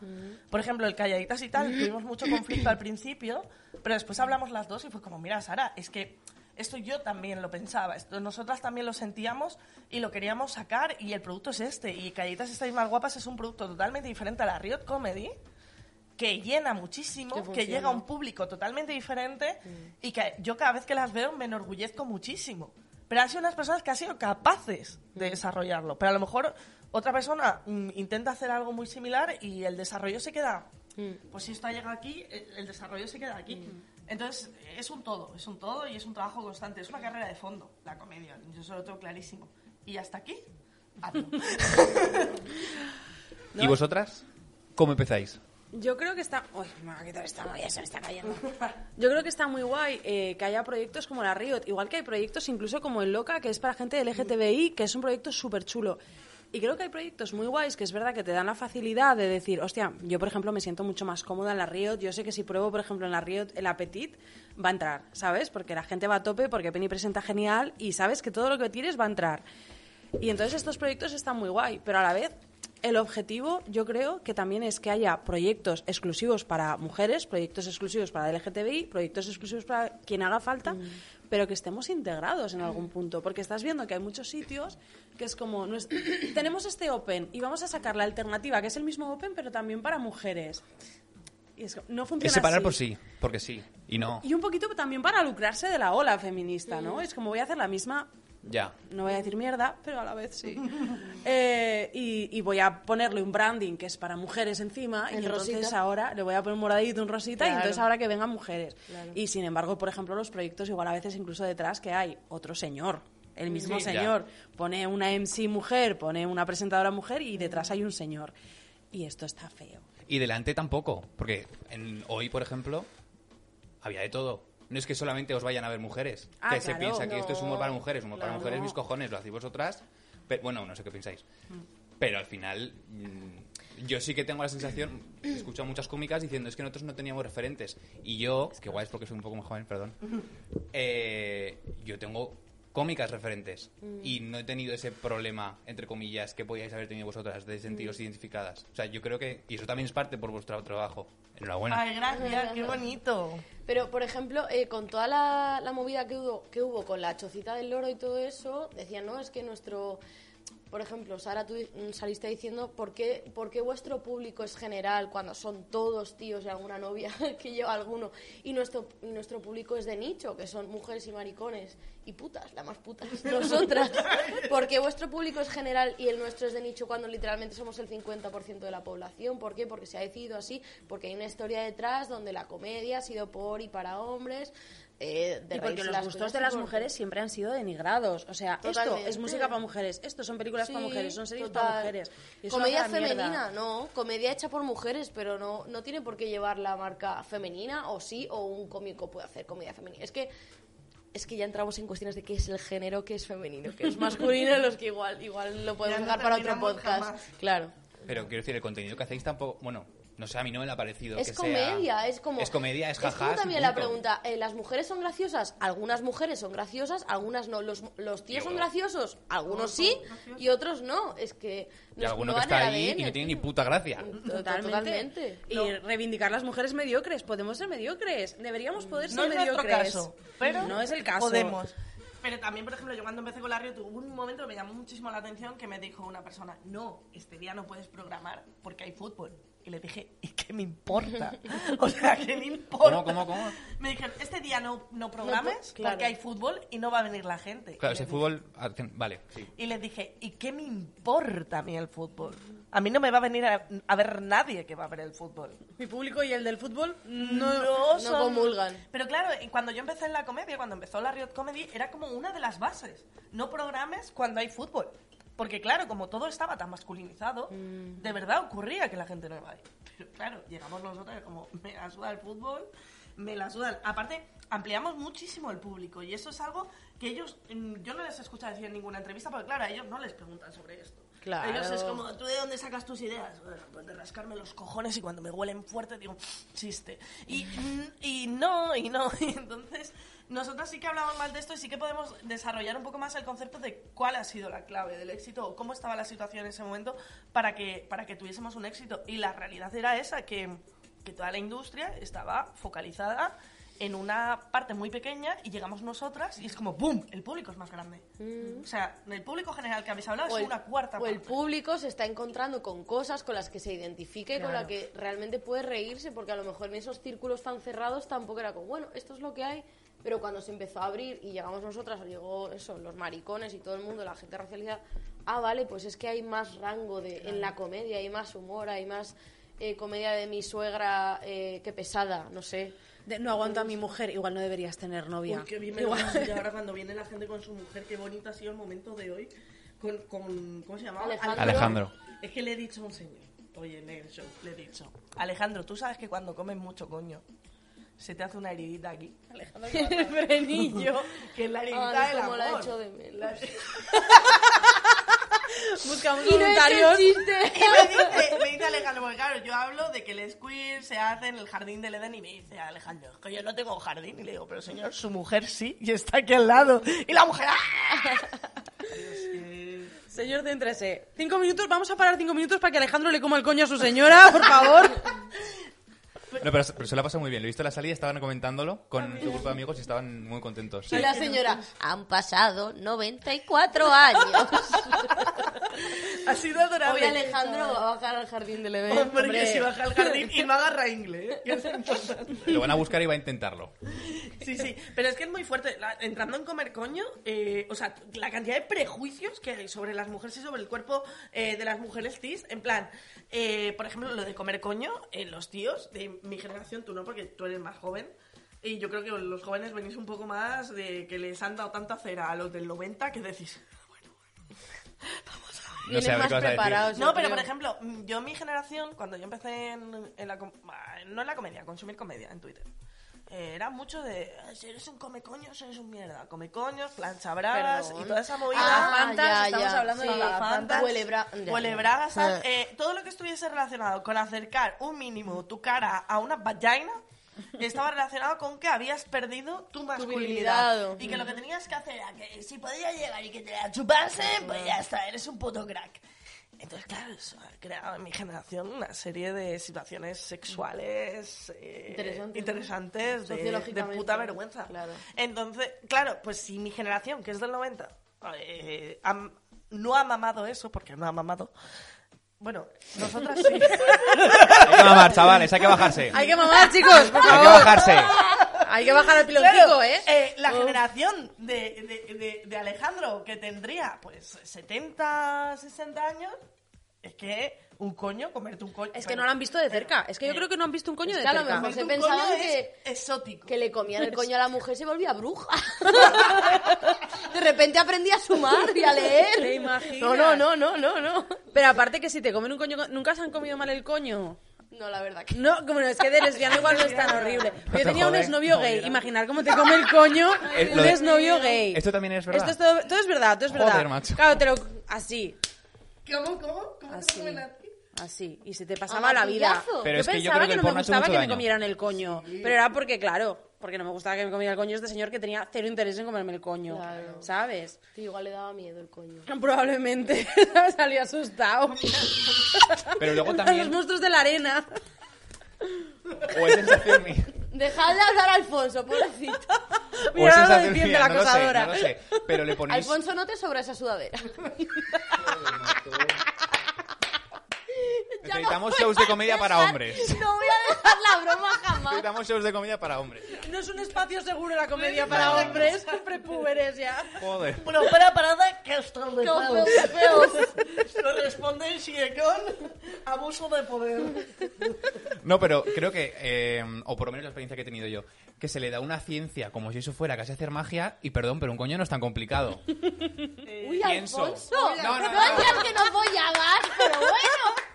Speaker 3: Por ejemplo, el calladitas y tal, tuvimos mucho conflicto al principio, pero después hablamos las dos y fue como, mira, Sara, es que esto yo también lo pensaba, esto nosotras también lo sentíamos y lo queríamos sacar y el producto es este. Y Calladitas Estáis Más Guapas es un producto totalmente diferente a la Riot Comedy que llena
Speaker 1: Que
Speaker 3: muchísimo, que,
Speaker 1: funciona.
Speaker 3: llega a un público totalmente diferente y que yo cada vez que las veo me enorgullezco muchísimo. Pero han sido unas personas que han sido capaces de desarrollarlo. Pero a lo mejor otra persona mm, intenta hacer algo muy similar y el desarrollo se queda... Pues si esto ha llegado aquí, eh, el desarrollo se queda aquí. Entonces, es un todo, es un todo y es un trabajo constante. Es una carrera de fondo, la comedia. Yo eso lo tengo clarísimo. Y hasta aquí, hazlo.
Speaker 4: ¿Y vosotras? ¿Cómo empezáis?
Speaker 2: Yo creo que está. Uy, me va a quitar esta malla, se me está cayendo. Yo creo que está muy guay eh, que haya proyectos como la Riot. Igual que hay proyectos incluso como el Loca, que es para gente LGTBI, que es un proyecto súper chulo. Y creo que hay proyectos muy guays que es verdad que te dan la facilidad de decir, hostia, yo por ejemplo me siento mucho más cómoda en la Riot. Yo sé que si pruebo, por ejemplo, en la Riot el Apetit va a entrar, ¿sabes? Porque la gente va a tope, porque Penny presenta genial y sabes que todo lo que tires va a entrar. Y entonces estos proyectos están muy guay, pero a la vez el objetivo yo creo que también es que haya proyectos exclusivos para mujeres, proyectos exclusivos para LGTBI, proyectos exclusivos para quien haga falta, pero que estemos integrados en algún punto, porque estás viendo que hay muchos sitios que es como no es- tenemos este open y vamos a sacar la alternativa, que es el mismo open, pero también para mujeres. Y es como, no funciona
Speaker 4: Es separar
Speaker 2: así.
Speaker 4: por sí, porque sí. Y no.
Speaker 2: Y un poquito también para lucrarse de la ola feminista, ¿no? Es como voy a hacer la misma
Speaker 4: Ya.
Speaker 2: no voy a decir mierda, pero a la vez sí. Eh, y, y voy a ponerle un branding que es para mujeres encima,
Speaker 1: El
Speaker 2: y entonces
Speaker 1: rosita.
Speaker 2: ahora le voy a poner un moradito, un rosita, y
Speaker 3: Claro.
Speaker 2: entonces ahora que vengan mujeres.
Speaker 1: Claro.
Speaker 2: Y sin embargo, por ejemplo, los proyectos, igual a veces incluso detrás que hay otro señor. El mismo
Speaker 4: Sí.
Speaker 2: señor pone una MC mujer, pone una presentadora mujer y detrás hay un señor. Y esto está feo.
Speaker 4: Y delante tampoco, porque en- hoy, por ejemplo, había de todo. No es que solamente os vayan a ver mujeres,
Speaker 2: Ah,
Speaker 4: que se
Speaker 2: claro,
Speaker 4: piensa que
Speaker 1: no,
Speaker 4: esto es humor para mujeres, humor para
Speaker 2: claro.
Speaker 4: mujeres, mis cojones, lo hacéis vosotras. Pero, bueno, no sé qué pensáis. Pero al final, mm, yo sí que tengo la sensación, escucho a muchas cómicas diciendo, es que nosotros no teníamos referentes. Y yo, que guay es porque soy un poco más joven, perdón, eh, yo tengo cómicas referentes
Speaker 1: Mm.
Speaker 4: y no he tenido ese problema, entre comillas, que podíais haber tenido vosotras de
Speaker 1: Mm.
Speaker 4: sentiros identificadas. O sea, yo creo que, y eso también es parte por vuestro trabajo. Enhorabuena.
Speaker 3: Ay, gracias, qué bonito.
Speaker 1: Pero, por ejemplo, eh, con toda la, la movida que hubo, que hubo con la chocita del loro y todo eso, decían, no, es que nuestro... Por ejemplo, Sara, tú di- mm, saliste diciendo, ¿por qué, por qué vuestro público es general cuando son todos tíos y alguna novia que lleva alguno? Y nuestro, y nuestro público es de nicho, que son mujeres y maricones y putas, las más putas, nosotras. ¿Por qué vuestro público es general y el nuestro es de nicho cuando literalmente somos el 50% de la población? ¿Por qué? Porque se ha decidido así, porque hay una historia detrás donde la comedia ha sido por y para hombres. eh, de
Speaker 2: Y porque
Speaker 1: reírse
Speaker 2: los
Speaker 1: las
Speaker 2: gustos
Speaker 1: cosas
Speaker 2: de
Speaker 1: y
Speaker 2: las
Speaker 1: por-
Speaker 2: mujeres siempre han sido denigrados. O sea, esto es
Speaker 1: Totalmente.
Speaker 2: música para mujeres, esto son películas para
Speaker 1: Sí,
Speaker 2: mujeres, son series
Speaker 1: total.
Speaker 2: para mujeres. Y es una
Speaker 1: Comedia
Speaker 2: puta mierda.
Speaker 1: femenina, no. Comedia hecha por mujeres, pero no, no tiene por qué llevar la marca femenina, o sí, o un cómico puede hacer comedia femenina. Es que. Es que ya entramos en cuestiones de qué es el género, qué es femenino, qué es masculino, los que igual, igual lo podemos
Speaker 3: no
Speaker 1: dejar para otro
Speaker 3: terminamos
Speaker 1: podcast.
Speaker 3: jamás.
Speaker 1: Claro.
Speaker 4: Pero quiero decir, el contenido que hacéis tampoco. Bueno, no sé, a mí no me ha parecido.
Speaker 1: Es
Speaker 4: que sea-
Speaker 1: comedia, es como...
Speaker 4: Es comedia, es
Speaker 1: como
Speaker 4: jajas.
Speaker 1: también
Speaker 4: y
Speaker 1: la
Speaker 4: punto.
Speaker 1: pregunta, eh, ¿las mujeres son graciosas? Algunas mujeres son graciosas, algunas no. ¿Los, los tíos son
Speaker 4: Yo-
Speaker 1: graciosos? Algunos sí y otros no. Es que...
Speaker 4: Y
Speaker 1: nos
Speaker 4: alguno que
Speaker 1: llevan
Speaker 4: está
Speaker 1: el
Speaker 4: ahí
Speaker 1: ADN,
Speaker 4: y no tiene ni
Speaker 1: tío.
Speaker 4: puta gracia.
Speaker 1: Totalmente.
Speaker 2: Y reivindicar las mujeres mediocres. Podemos ser mediocres. Deberíamos poder ser
Speaker 3: No es
Speaker 2: mediocres.
Speaker 3: nuestro caso, pero
Speaker 2: no es el caso.
Speaker 3: podemos. Pero también, por ejemplo, yo cuando empecé con la Rio tuve un momento que me llamó muchísimo la atención que me dijo una persona, no, este día no puedes programar porque hay fútbol. Y le dije, ¿y qué me importa? O sea, ¿qué me importa?
Speaker 4: ¿Cómo, cómo, cómo?
Speaker 3: Me dijeron, este día no, no programes
Speaker 1: claro.
Speaker 3: porque hay fútbol y no va a venir la gente.
Speaker 4: Claro,
Speaker 3: Y
Speaker 4: ese
Speaker 3: les
Speaker 4: fútbol. ah, ten- Vale, sí.
Speaker 3: dije- Y les dije, ¿y qué me importa a mí el fútbol? A mí no me va a venir a, a ver nadie que va a ver el fútbol.
Speaker 2: Mi público y el del fútbol. mm,
Speaker 3: No, son-
Speaker 1: comulgan.
Speaker 3: Pero claro, y cuando yo empecé en la comedia, cuando empezó la Riot Comedy, era como una de las bases. No programes cuando hay fútbol. Porque claro, como todo estaba tan masculinizado, de verdad ocurría que la gente no iba ahí. Pero claro, llegamos nosotros y como, me la suda el fútbol, me la suda. el-". Aparte, ampliamos muchísimo el público y eso es algo que ellos, mm, yo no les he escuchado decir en ninguna entrevista, porque claro, a ellos no les preguntan sobre esto.
Speaker 1: Claro.
Speaker 3: Ellos es como, ¿tú de dónde sacas tus ideas? Bueno, pues de rascarme los cojones y cuando me huelen fuerte digo, chiste. Y, mm, y no, y no. Y entonces, nosotros sí que hablamos mal de esto y sí que podemos desarrollar un poco más el concepto de cuál ha sido la clave del éxito o cómo estaba la situación en ese momento para que, para que tuviésemos un éxito. Y la realidad era esa, que, que toda la industria estaba focalizada en una parte muy pequeña y llegamos nosotras y es como ¡boom! El público es más grande. O sea, el público general que habéis hablado es una cuarta
Speaker 1: o el
Speaker 3: parte.
Speaker 1: público se está encontrando con cosas con las que se identifique, y con las que realmente puede reírse, porque a lo mejor en esos círculos tan cerrados tampoco era como, bueno, esto es lo que hay, pero cuando se empezó a abrir y llegamos nosotras, llegó eso, los maricones y todo el mundo, la gente racializada, ah, vale, pues es que hay más rango de, en la comedia, hay más humor, hay más eh, comedia de mi suegra eh, que pesada, no sé.
Speaker 2: De- no aguanto a mi mujer. Igual no deberías tener novia.
Speaker 3: Uy, qué bien me lo
Speaker 2: Igual-
Speaker 3: paso yo ahora cuando viene la gente con su mujer, qué bonito ha sido el momento de hoy. Con, con- ¿Cómo se llamaba?
Speaker 1: Alejandro.
Speaker 4: Alejandro.
Speaker 3: Es que le he dicho a un señor, hoy en el show, le he dicho, Alejandro, tú sabes que cuando comes mucho coño, se te hace una heridita aquí. Alejandro,
Speaker 1: El frenillo.
Speaker 3: que es la
Speaker 1: Ah,
Speaker 3: heridita
Speaker 1: no,
Speaker 3: del
Speaker 1: como la
Speaker 3: amor.
Speaker 1: echo de menos.
Speaker 2: Buscamos
Speaker 1: Y no he hecho el
Speaker 2: voluntarios.
Speaker 1: chiste.
Speaker 3: Y me dice, me dice Alejandro, porque claro, yo hablo de que el squeer se hace en el jardín del Edén y me dice Alejandro, es que yo no tengo jardín. Y le digo, pero señor, su mujer sí, y está aquí al lado. Y la mujer, ¡ah!
Speaker 2: Señor, céntrese. Cinco minutos, vamos a parar cinco minutos para que Alejandro le coma el coño a su señora, por favor.
Speaker 4: No, pero, pero se la pasa muy bien. Lo he visto en la salida, estaban comentándolo con su grupo de amigos y estaban muy contentos.
Speaker 1: Y la señora, han pasado 94 años.
Speaker 3: Ha sido adorable.
Speaker 1: Hoy Alejandro va a bajar al jardín del evento.
Speaker 3: Hombre, que si baja al jardín y no agarra inglés. ¿eh? Que es importante.
Speaker 4: Lo van a buscar y va a intentarlo.
Speaker 3: Sí, sí, pero es que es muy fuerte. La- entrando en comer coño, eh, o sea, la cantidad de prejuicios que hay sobre las mujeres y sobre el cuerpo eh, de las mujeres cis, en plan, eh, por ejemplo, lo de comer coño, eh, los tíos de mi generación, tú no, porque tú eres más joven. Y yo creo que los jóvenes venís un poco más de que les han dado tanta cera a los del 90 que decís,
Speaker 4: No sé, a ver
Speaker 1: más
Speaker 4: qué vas a decir.
Speaker 1: preparados. yo
Speaker 3: No, pero
Speaker 1: creo.
Speaker 3: por ejemplo, mm, yo mi generación, cuando yo empecé en, en la... com- ah, No en la comedia, consumir comedia en Twitter. eh, Era mucho de, "Ah, si eres un comecoños, eres un mierda. Comecoños, plancha bragas
Speaker 1: Perdón.
Speaker 3: y toda esa movida.
Speaker 1: Ah,
Speaker 2: Fantas,
Speaker 1: ya,
Speaker 2: estamos
Speaker 1: ya.
Speaker 2: hablando de
Speaker 1: Sí,
Speaker 2: Gafantas.
Speaker 1: Fantas. Huele bra- ya,
Speaker 3: Huele
Speaker 1: ya.
Speaker 3: bragas, tal. Eh, todo lo que estuviese relacionado con acercar un mínimo tu cara a una vagina estaba relacionado con que habías perdido tu masculinidad.
Speaker 1: virilidad.
Speaker 3: y que lo que tenías que hacer era que si podías llegar y que te la chupase, pues ya está, eres un puto crack. Entonces, claro, eso ha creado en mi generación una serie de situaciones sexuales eh,
Speaker 1: Interesantes, ¿no?
Speaker 3: interesantes de, de
Speaker 1: Sociológicamente,
Speaker 3: puta vergüenza.
Speaker 1: claro.
Speaker 3: Entonces, claro, pues si mi generación, que es del 90, eh, am- no ha mamado eso, porque no ha mamado. Bueno, nosotras sí.
Speaker 4: Hay que mamar, chavales, hay que bajarse.
Speaker 2: Hay que mamar, chicos, por
Speaker 4: Hay que
Speaker 2: favor.
Speaker 4: bajarse.
Speaker 2: Hay que bajar el piloncito,
Speaker 3: Claro,
Speaker 2: ¿eh?
Speaker 3: eh, la generación de, de- de- de Alejandro, que tendría pues 70, 60 años, es que un coño, comerte un coño.
Speaker 2: Es que no lo han visto de cerca. Es que yo creo que no han visto un coño
Speaker 1: Es
Speaker 2: de
Speaker 1: que a lo
Speaker 2: cerca.
Speaker 1: mejor-
Speaker 3: Comerte
Speaker 1: se
Speaker 3: un
Speaker 1: pensaban
Speaker 3: coño es
Speaker 1: que-
Speaker 3: exótico.
Speaker 1: Que le comían el coño a la mujer se volvía bruja. De repente aprendí a sumar y a leer.
Speaker 2: ¿Te imaginas?
Speaker 1: No, no, no, no, no, no.
Speaker 2: Pero aparte que si te comen un coño... ¿Nunca se han comido mal el coño?
Speaker 1: No, la verdad que no.
Speaker 2: No, como no, es que de lesbiana igual no es tan horrible. Yo
Speaker 4: te
Speaker 2: tenía un
Speaker 4: jode.
Speaker 2: exnovio gay. Imaginar cómo te come el coño
Speaker 4: Eh,
Speaker 2: un
Speaker 4: lo de-
Speaker 2: exnovio gay.
Speaker 4: Esto también es verdad.
Speaker 2: Esto es todo, todo es verdad, todo es
Speaker 4: Joder,
Speaker 2: verdad.
Speaker 4: macho.
Speaker 2: Claro, te lo... Así.
Speaker 3: ¿Cómo, cómo? ¿Cómo
Speaker 2: Así.
Speaker 3: te comen a ti?
Speaker 2: así, y se te pasaba la vida.
Speaker 1: martillazo.
Speaker 4: Pero
Speaker 2: yo
Speaker 4: es que yo
Speaker 2: pensaba
Speaker 4: creo que
Speaker 2: que,
Speaker 4: el
Speaker 2: no
Speaker 4: porno
Speaker 2: me
Speaker 4: hace
Speaker 2: gustaba
Speaker 4: mucho
Speaker 2: que me
Speaker 4: daño.
Speaker 2: comieran el coño, pero era porque, claro, porque no me gustaba que me comiera el coño este señor que tenía cero interés en comerme el coño,
Speaker 1: Claro.
Speaker 2: ¿sabes?
Speaker 1: Tío, igual le daba miedo el coño.
Speaker 2: Probablemente salió asustado.
Speaker 4: Pero luego
Speaker 2: Los
Speaker 4: también...
Speaker 2: monstruos de la arena.
Speaker 4: o es sensación mía.
Speaker 1: Dejad de hablar a Alfonso, pobrecito.
Speaker 4: O
Speaker 2: Mira,
Speaker 4: es
Speaker 2: ahora lo
Speaker 4: sensación
Speaker 2: defiende
Speaker 4: mía,
Speaker 2: la
Speaker 4: no lo sé,
Speaker 2: acosadora.
Speaker 4: no lo sé. Pero le ponéis...
Speaker 1: Alfonso, no te sobra esa sudadera.
Speaker 4: Necesitamos shows de comedia para hombres.
Speaker 1: No voy a dejar la broma jamás.
Speaker 4: Necesitamos shows de comedia para hombres.
Speaker 2: No es un espacio seguro la comedia para hombres prepúberes ya.
Speaker 4: Joder.
Speaker 3: Bueno, para parada, que esto es de
Speaker 1: No,
Speaker 3: juego.
Speaker 1: qué feos.
Speaker 3: Lo respondéis y con abuso de poder.
Speaker 4: No, pero creo que, eh, o por lo menos la experiencia que he tenido yo, que se le da una ciencia como si eso fuera casi hacer magia, y perdón, pero un coño no es tan complicado. Eh,
Speaker 1: Uy,
Speaker 4: Pienso.
Speaker 1: Alfonso.
Speaker 4: No, no, no.
Speaker 1: digas que no follabas, pero bueno.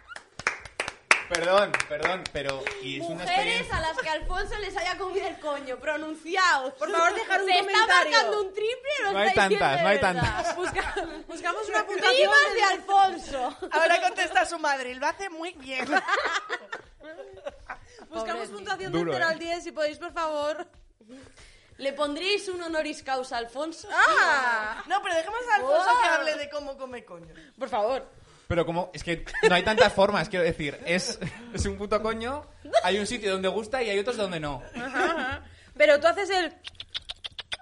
Speaker 4: Perdón, perdón, pero. Y es una
Speaker 1: Mujeres
Speaker 4: experiencia.
Speaker 1: a las que Alfonso les haya comido el coño, pronunciaos.
Speaker 2: Por favor, dejar un
Speaker 1: Se está
Speaker 2: comentario.
Speaker 1: marcando un triple, lo
Speaker 4: No hay
Speaker 1: estáis diciendo
Speaker 4: tantas,
Speaker 1: de
Speaker 4: no hay
Speaker 1: verdad.
Speaker 4: tantas.
Speaker 2: Busca- buscamos una puntuación.
Speaker 1: Primas de Alfonso.
Speaker 3: Ahora contesta su madre, lo hace muy bien.
Speaker 2: Buscamos puntuación
Speaker 4: Duro,
Speaker 2: de 0
Speaker 4: ¿eh?
Speaker 2: al 10, si podéis, por favor.
Speaker 1: ¿Le pondríais un honoris causa a Alfonso?
Speaker 2: ¡Ah!
Speaker 3: No, pero dejemos a Alfonso que hable de cómo come coño.
Speaker 2: Por favor.
Speaker 4: Pero como. Es que no hay tantas formas, quiero decir. Es, es un puto coño. Hay un sitio donde gusta y hay otros donde no.
Speaker 2: Pero tú haces el...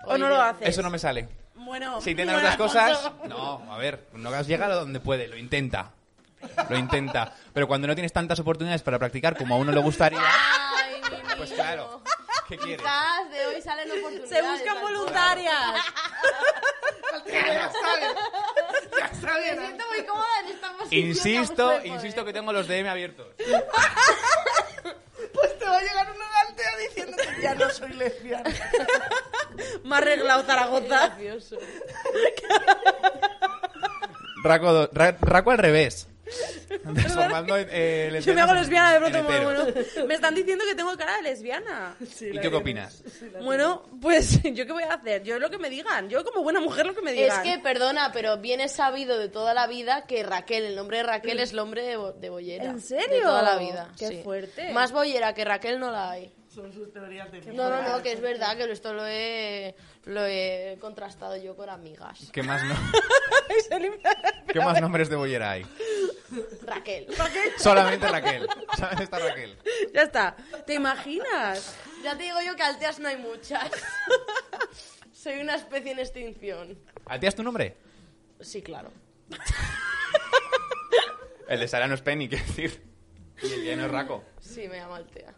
Speaker 2: ¿O no lo haces?
Speaker 4: Eso no me sale.
Speaker 2: Bueno,
Speaker 4: Si intentan otras cosas. No, a ver, no has llegado donde puede, lo intenta. Lo intenta. Pero cuando no tienes tantas oportunidades para practicar como a uno le gustaría.
Speaker 1: Ay, mi niño.
Speaker 4: Pues claro. ¿Qué quieres?
Speaker 1: Quizás de hoy salen oportunidades.
Speaker 2: se buscan
Speaker 1: Alfonso.
Speaker 2: voluntarias.
Speaker 1: Me siento muy cómoda en esta posición.
Speaker 4: Insisto, insisto que tengo los DM abiertos.
Speaker 3: Pues te va a llegar una galtea diciendo que ya no soy lesbiana.
Speaker 2: Me ha arreglado Zaragoza.
Speaker 1: Gracioso.
Speaker 4: Raco, do- ra- raco al revés. Transformando en, eh,
Speaker 2: Yo me
Speaker 4: lesbianas
Speaker 2: hago
Speaker 4: en-
Speaker 2: lesbiana de
Speaker 4: en
Speaker 2: pronto. bueno,
Speaker 4: heteros.
Speaker 2: bueno. Me están diciendo que tengo cara de lesbiana.
Speaker 4: ¿Y tú qué opinas?
Speaker 2: Bueno, pues yo qué voy a hacer. Yo lo que me digan. Yo como buena mujer lo que me
Speaker 1: Es
Speaker 2: digan.
Speaker 1: que, perdona, pero viene sabido de toda la vida que Raquel, el nombre de Raquel es el nombre de, Bo- de Bollera.
Speaker 2: ¿En serio?
Speaker 1: De toda la vida.
Speaker 2: Qué
Speaker 1: sí.
Speaker 2: fuerte.
Speaker 1: Más Bollera que Raquel no la hay.
Speaker 3: Son sus teorías de mí.
Speaker 1: No, no, no, que es verdad que esto lo he, lo he contrastado yo con amigas.
Speaker 4: ¿Qué más, no-
Speaker 2: Se elimina-
Speaker 4: ¿Qué más nombres de bollera hay?
Speaker 1: Raquel.
Speaker 4: Solamente Raquel. Solamente está Raquel.
Speaker 2: ya está. ¿Te imaginas?
Speaker 1: Ya te digo yo que alteas no hay muchas. Soy una especie en extinción.
Speaker 4: ¿A ti es tu nombre?
Speaker 1: Sí, claro.
Speaker 4: El de Sara no es Penny, quiero decir. Y el lleno es Raco.
Speaker 1: Sí, me llamo Altea.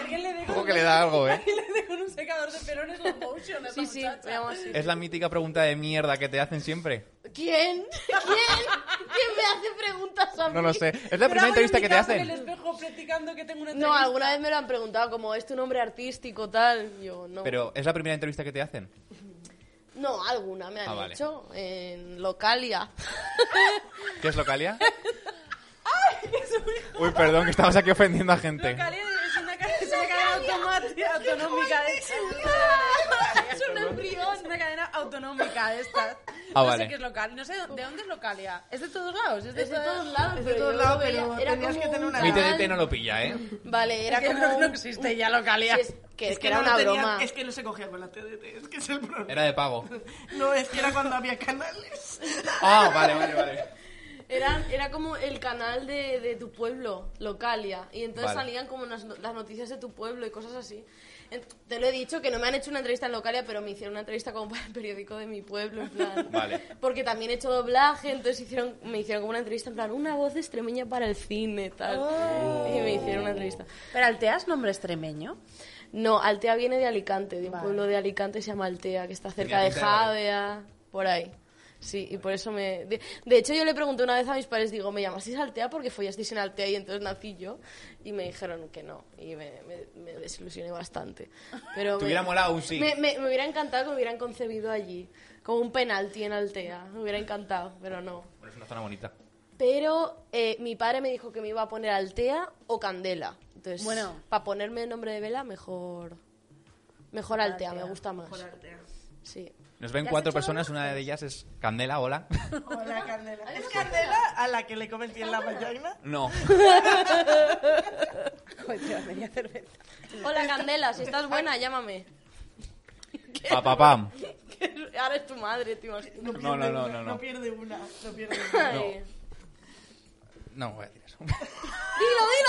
Speaker 2: Alguien le dejo
Speaker 4: Ojo que le da algo, ¿eh?
Speaker 2: con un secador de pelones low motion
Speaker 1: Sí, sí, me llamo
Speaker 2: Eh.
Speaker 1: así.
Speaker 4: Es la mítica pregunta de mierda que te hacen siempre.
Speaker 1: ¿Quién? ¿Quién? ¿Quién me hace preguntas a mí?
Speaker 4: No lo sé. Es la primera entrevista que te hacen.
Speaker 2: espejo practicando que tengo una
Speaker 1: No, alguna vez me lo han preguntado, como, ¿es tu nombre artístico, tal? Yo, no.
Speaker 4: Pero es la primera entrevista que te hacen.
Speaker 1: No, alguna me han
Speaker 4: Ah, vale.
Speaker 1: hecho en Localia.
Speaker 4: ¿Qué es localia? Uy, perdón, que estamos aquí ofendiendo a gente.
Speaker 2: es una cadena, es una cadena automática, autonómica de
Speaker 3: este.
Speaker 2: Es un embrión. Es una cadena autonómica de
Speaker 3: este.
Speaker 2: estas.
Speaker 4: Ah,
Speaker 2: no
Speaker 4: vale.
Speaker 2: sé qué es local. No sé de dónde es localia. ¿Es de todos lados? ¿Es de,
Speaker 1: Es de
Speaker 2: todas-
Speaker 1: todos lados,
Speaker 3: Es de
Speaker 1: pero
Speaker 3: todos
Speaker 1: yo lo
Speaker 3: lados,
Speaker 1: veía-
Speaker 3: pero
Speaker 1: era
Speaker 3: tenías
Speaker 1: como
Speaker 3: que tener
Speaker 1: un
Speaker 3: una-
Speaker 4: Mi
Speaker 1: canal.
Speaker 4: TDT no lo pilla, ¿eh?
Speaker 1: Vale, era
Speaker 2: Es que
Speaker 1: como
Speaker 2: no, no
Speaker 1: un-
Speaker 2: existe ya localia.
Speaker 1: Sí, es que, es que era una
Speaker 3: tenía-
Speaker 1: broma.
Speaker 3: Es que no se cogía con la TDT, es que es el problema.
Speaker 4: Era de pago.
Speaker 3: No, es que era cuando había canales.
Speaker 4: Ah, vale, vale, vale.
Speaker 1: Era, era como el canal de, de tu pueblo, Localia. Y entonces
Speaker 4: Vale.
Speaker 1: salían como las, no- las noticias de tu pueblo y cosas así. En- Te lo he dicho, que no me han hecho una entrevista en Localia, pero me hicieron una entrevista como para el periódico de mi pueblo, en plan.
Speaker 4: Vale.
Speaker 1: Porque también he hecho doblaje, entonces hicieron, me hicieron como una entrevista en plan, una voz extremeña para el cine, tal. Y me hicieron una entrevista.
Speaker 2: ¿Pero Alteas nombre extremeño?
Speaker 1: No, Altea viene de Alicante, de un pueblo de Alicante que se llama Altea, que está cerca
Speaker 4: Tenía
Speaker 1: de
Speaker 4: pinta de Madrid.
Speaker 1: Javea, por ahí. Sí, y por eso me... De, de hecho, yo le pregunté una vez a mis padres, digo, ¿me llamasteis Altea porque follasteis en Altea y entonces nací yo? Y me dijeron que no, y me, me- me desilusioné bastante. Pero
Speaker 4: Te
Speaker 1: me-
Speaker 4: hubiera molado un sí.
Speaker 1: Me, me- me hubiera encantado que me hubieran concebido allí, como un penalti en Altea, me hubiera encantado, pero no.
Speaker 4: Bueno, es una zona bonita.
Speaker 1: Pero eh, mi padre me dijo que me iba a poner Altea o Candela. Entonces,
Speaker 2: Bueno.
Speaker 1: para ponerme el nombre de vela, mejor. Mejor Altea, me gusta más. Sí.
Speaker 4: Nos ven
Speaker 1: ¿Ya has
Speaker 4: cuatro
Speaker 1: hecho
Speaker 4: personas, una de ellas es Candela, hola.
Speaker 3: Hola, Candela. ¿Es Candela a la que le cometí en la mañana?
Speaker 4: No,
Speaker 1: Hola, Candela, si estás buena, llámame.
Speaker 4: papapam.
Speaker 1: Ahora es tu madre, te imaginas.
Speaker 3: No, pierde
Speaker 4: no, no,
Speaker 3: una,
Speaker 4: no, no.
Speaker 3: No pierde una, no pierde una.
Speaker 1: Ay.
Speaker 4: No voy a decir eso.
Speaker 1: Dilo, dilo,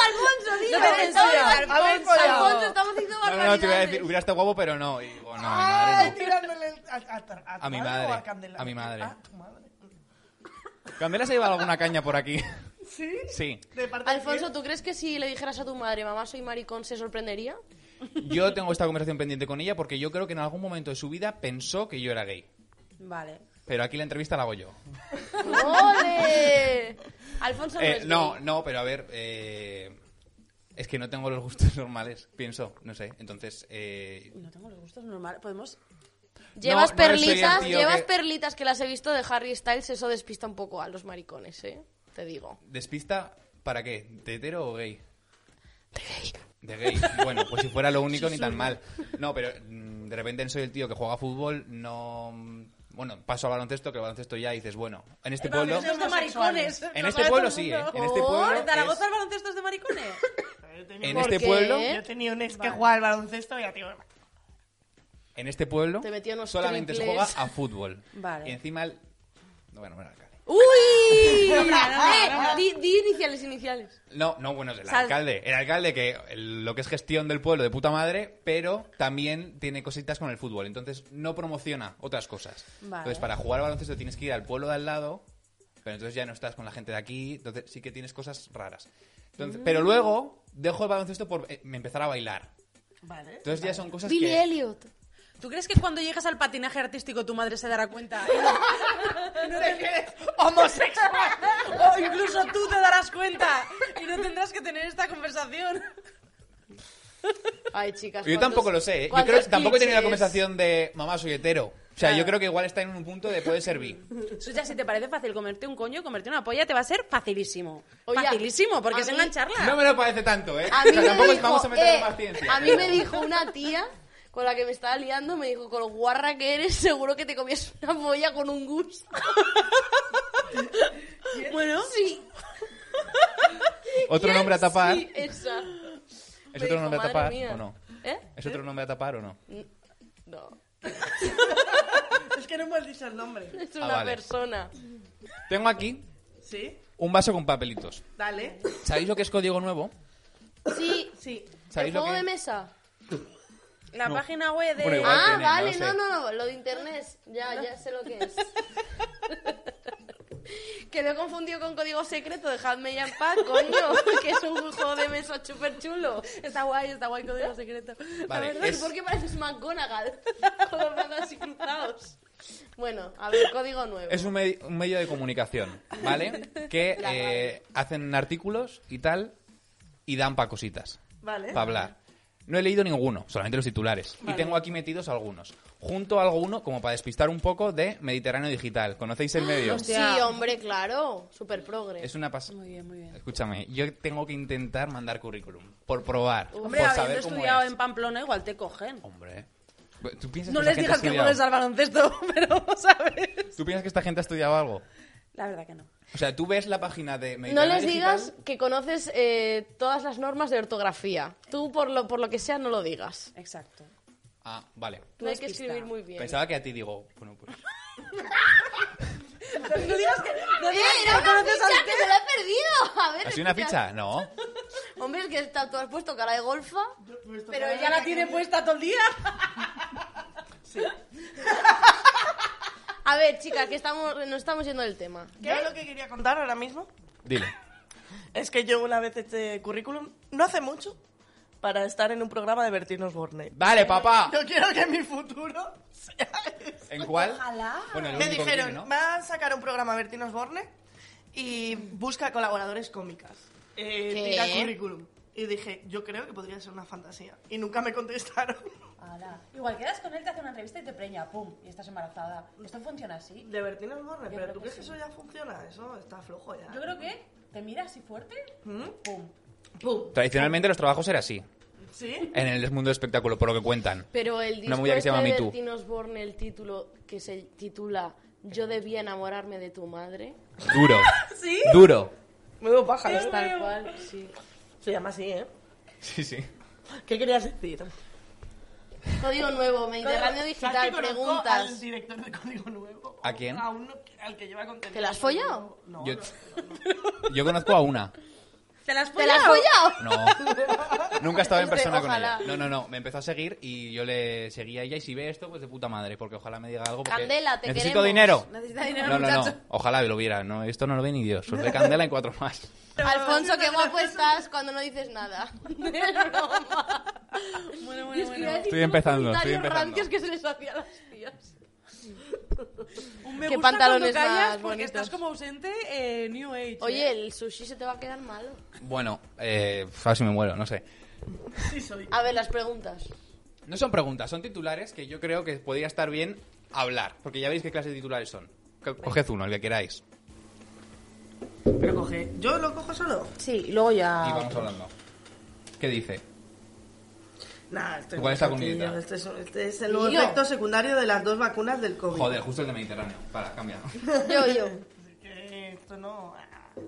Speaker 1: Alfonso, dilo.
Speaker 2: No te
Speaker 1: Estamos-
Speaker 2: censuras,
Speaker 1: Alfonso,
Speaker 3: Alfonso.
Speaker 1: Alfonso, estamos haciendo
Speaker 4: No, no, no, te iba a
Speaker 1: barbaridades.
Speaker 4: decir, hubiera estado guapo, pero no. Y digo, no, mi
Speaker 3: Ay,
Speaker 4: madre
Speaker 3: tirándole el- a, a, a, tu
Speaker 4: A mi
Speaker 3: o
Speaker 4: madre,
Speaker 3: a Candela.
Speaker 4: a mi madre.
Speaker 3: Ah, tu madre.
Speaker 4: no. ¿Candela se lleva alguna caña por aquí?
Speaker 3: ¿Sí?
Speaker 4: Sí.
Speaker 3: De parte de
Speaker 1: Alfonso,
Speaker 3: quién?
Speaker 1: ¿tú crees que si le dijeras a tu madre, mamá, soy maricón, se sorprendería?
Speaker 4: Yo tengo esta conversación pendiente con ella porque yo creo que en algún momento de su vida pensó que yo era gay.
Speaker 2: Vale.
Speaker 4: Pero aquí la entrevista la hago yo.
Speaker 1: ¡Ole! Alfonso no
Speaker 4: Eh,
Speaker 1: es
Speaker 4: no,
Speaker 1: gay.
Speaker 4: no, pero a ver. eh, es que no tengo los gustos normales, pienso, no sé. Entonces, eh,
Speaker 2: No tengo los gustos normales. Podemos.
Speaker 1: Llevas
Speaker 4: no, no soy el
Speaker 1: perlitas,
Speaker 4: tío
Speaker 1: llevas
Speaker 4: que-
Speaker 1: perlitas que las he visto de Harry Styles, eso despista un poco a los maricones, ¿eh? Te digo.
Speaker 4: ¿despista para qué? ¿De hetero o gay? De gay. De gay. Bueno, pues si fuera lo único, ni tan mal. No, pero mm, de repente soy el tío que juega a fútbol, no. mm, Bueno, paso al baloncesto, que el baloncesto ya dices, bueno, en este pueblo.
Speaker 3: baloncesto-
Speaker 2: de maricones.
Speaker 4: En
Speaker 2: lo sabe
Speaker 4: este
Speaker 2: todo
Speaker 4: pueblo
Speaker 2: el
Speaker 4: sí,
Speaker 2: mundo.
Speaker 4: ¿eh? En este pueblo
Speaker 2: ¿En Zaragoza
Speaker 4: es-
Speaker 2: el baloncesto es de maricones?
Speaker 3: Yo tenía-
Speaker 4: En
Speaker 1: ¿Por
Speaker 4: este
Speaker 1: qué?
Speaker 4: pueblo.
Speaker 1: ¿Eh?
Speaker 3: Yo tenía un ex que jugaba al baloncesto y a tío...
Speaker 4: En este pueblo
Speaker 1: Te metió unos
Speaker 4: solamente se juega
Speaker 1: triples.
Speaker 4: a fútbol.
Speaker 2: Vale.
Speaker 4: Y encima el... no, Bueno, bueno, alcalde.
Speaker 1: ¡Uy! Eh, di, di iniciales, iniciales.
Speaker 4: No, no, bueno, es el
Speaker 2: Sal-
Speaker 4: alcalde. El alcalde que el- lo que es gestión del pueblo de puta madre, pero también tiene cositas con el fútbol. Entonces no promociona otras cosas.
Speaker 2: Vale.
Speaker 4: Entonces para jugar al baloncesto tienes que ir al pueblo de al lado, pero entonces ya no estás con la gente de aquí, entonces sí que tienes cosas raras. Entonces, Pero
Speaker 2: Mm.
Speaker 4: luego dejo el baloncesto por eh, me empezar a bailar.
Speaker 3: Vale.
Speaker 4: Entonces ya son cosas
Speaker 1: Billy
Speaker 4: que...
Speaker 1: Elliot.
Speaker 2: ¿Tú crees que cuando llegas al patinaje artístico tu madre se dará cuenta? Y no te-
Speaker 3: ¡Homosexual!
Speaker 2: o incluso tú te darás cuenta y no tendrás que tener esta conversación.
Speaker 1: Ay, chicas.
Speaker 4: Yo
Speaker 1: cuántos-
Speaker 4: tampoco lo sé, ¿eh? Yo
Speaker 1: cuántos
Speaker 4: creo que tampoco he tenido la
Speaker 1: clichés.
Speaker 4: conversación de mamá soy hetero. O sea, yo creo que igual está en un punto de puede ser bi.
Speaker 2: Suya, si te parece fácil comerte un coño, comerte una polla, te va a ser facilísimo.
Speaker 1: Oye,
Speaker 2: facilísimo, porque
Speaker 1: a
Speaker 2: es
Speaker 1: mí-
Speaker 2: engancharla.
Speaker 4: No me lo parece tanto, ¿eh?
Speaker 1: A mí
Speaker 4: O sea,
Speaker 1: me
Speaker 4: tampoco
Speaker 1: dijo,
Speaker 4: vamos a meterle
Speaker 1: eh,
Speaker 4: más ciencia.
Speaker 1: a mí me dijo una tía con la que me estaba liando, me dijo, con lo guarra que eres, seguro que te comías una polla con un gusto.
Speaker 2: Bueno,
Speaker 1: Sí,
Speaker 4: ¿Otro nombre a tapar?
Speaker 1: sí, esa.
Speaker 4: ¿Es
Speaker 1: Me
Speaker 4: otro
Speaker 1: dijo,
Speaker 4: nombre a
Speaker 1: "Madre
Speaker 4: tapar
Speaker 1: mía". Mm.
Speaker 4: o no?
Speaker 1: ¿Eh?
Speaker 4: ¿Es otro nombre a tapar o no?
Speaker 1: No,
Speaker 3: es que no hemos dicho el nombre.
Speaker 1: es
Speaker 4: Ah,
Speaker 1: una
Speaker 4: vale.
Speaker 1: persona.
Speaker 4: Tengo aquí
Speaker 3: ¿Sí?
Speaker 4: un vaso con papelitos.
Speaker 3: Dale.
Speaker 4: ¿Sabéis lo que es código nuevo?
Speaker 1: Sí,
Speaker 3: Sí.
Speaker 1: ¿el
Speaker 4: ¿Sabéis lo
Speaker 1: juego
Speaker 4: que
Speaker 1: de mesa?
Speaker 2: la
Speaker 4: No.
Speaker 2: página web de...
Speaker 4: Bueno, igual.
Speaker 1: Ah,
Speaker 4: tiene,
Speaker 1: vale,
Speaker 4: no
Speaker 1: no,
Speaker 4: sé.
Speaker 1: no, no, lo de internet, ya, ya sé lo que es. que lo he confundido con código secreto, dejadme ya en paz, coño, que es un juego de mesa súper chulo.
Speaker 2: Está guay, está guay, código secreto.
Speaker 4: Vale,
Speaker 1: la verdad,
Speaker 4: es-
Speaker 1: ¿y por qué pareces McGonagall? Con los brazos así cruzados. Bueno, a ver, código nuevo.
Speaker 4: Es un, medi- un medio de comunicación, ¿vale? Que
Speaker 1: La
Speaker 4: eh, hacen artículos y tal y dan pa' cositas.
Speaker 3: Vale.
Speaker 4: Para hablar. No he leído ninguno, solamente los titulares. Y tengo aquí metidos algunos. Junto a alguno, como para despistar un poco, de Mediterráneo Digital. ¿Conocéis
Speaker 2: Ah,
Speaker 4: el medio?
Speaker 1: Sí, hombre, claro, súper progre.
Speaker 4: Es una pasada.
Speaker 2: Muy bien, muy bien.
Speaker 4: Escúchame, yo tengo que intentar mandar currículum. Por probar.
Speaker 2: Hombre,
Speaker 4: por
Speaker 2: habiendo
Speaker 4: saber cómo
Speaker 2: estudiado
Speaker 4: es.
Speaker 2: en Pamplona, igual te cogen.
Speaker 4: Hombre. ¿Tú piensas,
Speaker 2: No
Speaker 4: que
Speaker 2: les
Speaker 4: esta gente
Speaker 2: digas
Speaker 4: ha
Speaker 2: que
Speaker 4: estudiado-
Speaker 2: juegues al baloncesto, pero vamos a ver.
Speaker 4: ¿Tú piensas que esta gente ha estudiado algo?
Speaker 2: La verdad que no.
Speaker 4: O sea, tú ves la página de
Speaker 1: No
Speaker 4: Mediterráneo
Speaker 1: les
Speaker 4: Digital?
Speaker 1: digas que conoces eh, todas las normas de ortografía. Tú, por lo, por lo que sea, no lo digas.
Speaker 2: Exacto.
Speaker 4: Ah, vale.
Speaker 1: No hay que
Speaker 2: despista.
Speaker 1: escribir muy bien.
Speaker 4: Pensaba que a ti digo, bueno, pues.
Speaker 2: No digas que... No
Speaker 1: ¡Eh,
Speaker 2: digas
Speaker 1: era
Speaker 2: que
Speaker 1: una
Speaker 2: conoces al
Speaker 1: ficha que me la he perdido! A ver,
Speaker 4: ¿Ha sido una
Speaker 1: explica.
Speaker 4: ficha? No.
Speaker 1: Hombre, es que está- tú has puesto cara de golfa.
Speaker 2: Pero ella la tiene puesta todo el día.
Speaker 1: A ver, chicas, que estamos, nos estamos yendo del tema.
Speaker 3: Yo lo que quería contar ahora mismo
Speaker 4: Dile.
Speaker 3: es que yo una vez este currículum, no hace mucho, para estar en un programa de Bertino Borne.
Speaker 4: Vale, papá.
Speaker 3: Yo quiero que mi futuro sea eso.
Speaker 4: ¿En cuál? Bueno, el
Speaker 3: Me
Speaker 4: único que
Speaker 3: dijeron,
Speaker 4: tiene, ¿no?
Speaker 3: van a sacar un programa Bertino Borne y busca colaboradores cómicas. Eh,
Speaker 1: ¿Qué?
Speaker 3: tira currículum. Y dije, yo creo que podría ser una fantasía. Y nunca me contestaron.
Speaker 6: Ala. Igual quedas con él, te hace una entrevista y te preña, pum, y estás embarazada. ¿Esto funciona así?
Speaker 3: De Bertino Borne, pero
Speaker 6: creo
Speaker 3: ¿tú
Speaker 6: que
Speaker 3: crees que eso ya funciona? Eso está flojo ya.
Speaker 6: Yo creo que te miras así fuerte,
Speaker 3: ¿Mm?
Speaker 6: pum.
Speaker 3: Pum.
Speaker 4: Tradicionalmente los trabajos era así.
Speaker 3: ¿Sí?
Speaker 4: en el mundo del espectáculo, por lo que cuentan.
Speaker 1: Pero el disco
Speaker 4: movida que se
Speaker 1: este
Speaker 4: llama
Speaker 1: de
Speaker 4: Me Too.
Speaker 1: Bertín Osborne, el título que se titula Yo debía enamorarme de tu madre,
Speaker 4: Duro. Duro.
Speaker 3: Menudo pájaro.
Speaker 1: es tal cual, sí.
Speaker 3: Se llama así, ¿eh?
Speaker 4: Sí, sí.
Speaker 3: ¿Qué querías decir?
Speaker 1: Código nuevo, Mediterráneo Digital,
Speaker 3: al
Speaker 1: preguntas.
Speaker 3: director de Código Nuevo?
Speaker 4: ¿A quién?
Speaker 3: A uno que- al que lleva contenido.
Speaker 1: ¿Te la has
Speaker 3: de Código
Speaker 1: follado?
Speaker 3: Nuevo. No.
Speaker 4: Yo,
Speaker 3: no.
Speaker 4: yo conozco a una.
Speaker 2: ¿Te las
Speaker 1: ¿Te la has follado?
Speaker 4: No. Nunca estaba en
Speaker 1: Hombre,
Speaker 4: persona con
Speaker 1: ojalá.
Speaker 4: ella. No, no, no. Me empezó a seguir y yo le seguí a ella. Y si ve esto, pues de puta madre. Porque ojalá me diga algo. Porque
Speaker 1: Candela, te
Speaker 4: Necesito
Speaker 1: queremos.
Speaker 4: dinero.
Speaker 2: Necesita dinero,
Speaker 4: No, no,
Speaker 2: muchacho.
Speaker 4: no. Ojalá lo viera. No, esto no lo ve ni Dios. Os de Candela en cuatro más.
Speaker 1: Alfonso, qué guapo estás cuando no dices nada. Es broma.
Speaker 2: Bueno,
Speaker 1: Y
Speaker 2: bueno,
Speaker 1: es que
Speaker 2: bueno.
Speaker 1: iba a decir
Speaker 4: Estoy
Speaker 1: unos
Speaker 4: empezando, estoy
Speaker 1: comentarios
Speaker 4: empezando.
Speaker 1: rancios que se les hacía a las tías.
Speaker 2: Un me
Speaker 1: ¿Qué
Speaker 2: gusta
Speaker 1: pantalones
Speaker 2: cuando callas
Speaker 1: más
Speaker 2: porque
Speaker 1: bonitos?
Speaker 2: estás como ausente eh, New Age.
Speaker 1: Oye, el sushi se te va a quedar malo.
Speaker 4: Bueno, eh, a ver si me muero, no sé.
Speaker 3: Sí, soy.
Speaker 1: A ver, las preguntas.
Speaker 4: No son preguntas, son titulares que yo creo que podría estar bien hablar. Porque ya veis qué clase de titulares son. Co- Coged uno, el que queráis.
Speaker 3: Pero coge. ¿Yo lo cojo solo?
Speaker 2: Sí, y luego
Speaker 4: Y
Speaker 3: Ah.
Speaker 2: ya.
Speaker 4: vamos hablando. ¿Qué dice?
Speaker 3: Nah, estoy
Speaker 4: ¿Cuál
Speaker 3: muy
Speaker 4: es la
Speaker 3: tranquilo.
Speaker 4: comidita?
Speaker 3: Este es, este es el
Speaker 1: Tío.
Speaker 3: efecto secundario de las dos vacunas del COVID.
Speaker 4: Joder, justo el de Mediterráneo. Para, cambia.
Speaker 1: Yo, yo.
Speaker 3: Así que Esto no. ah.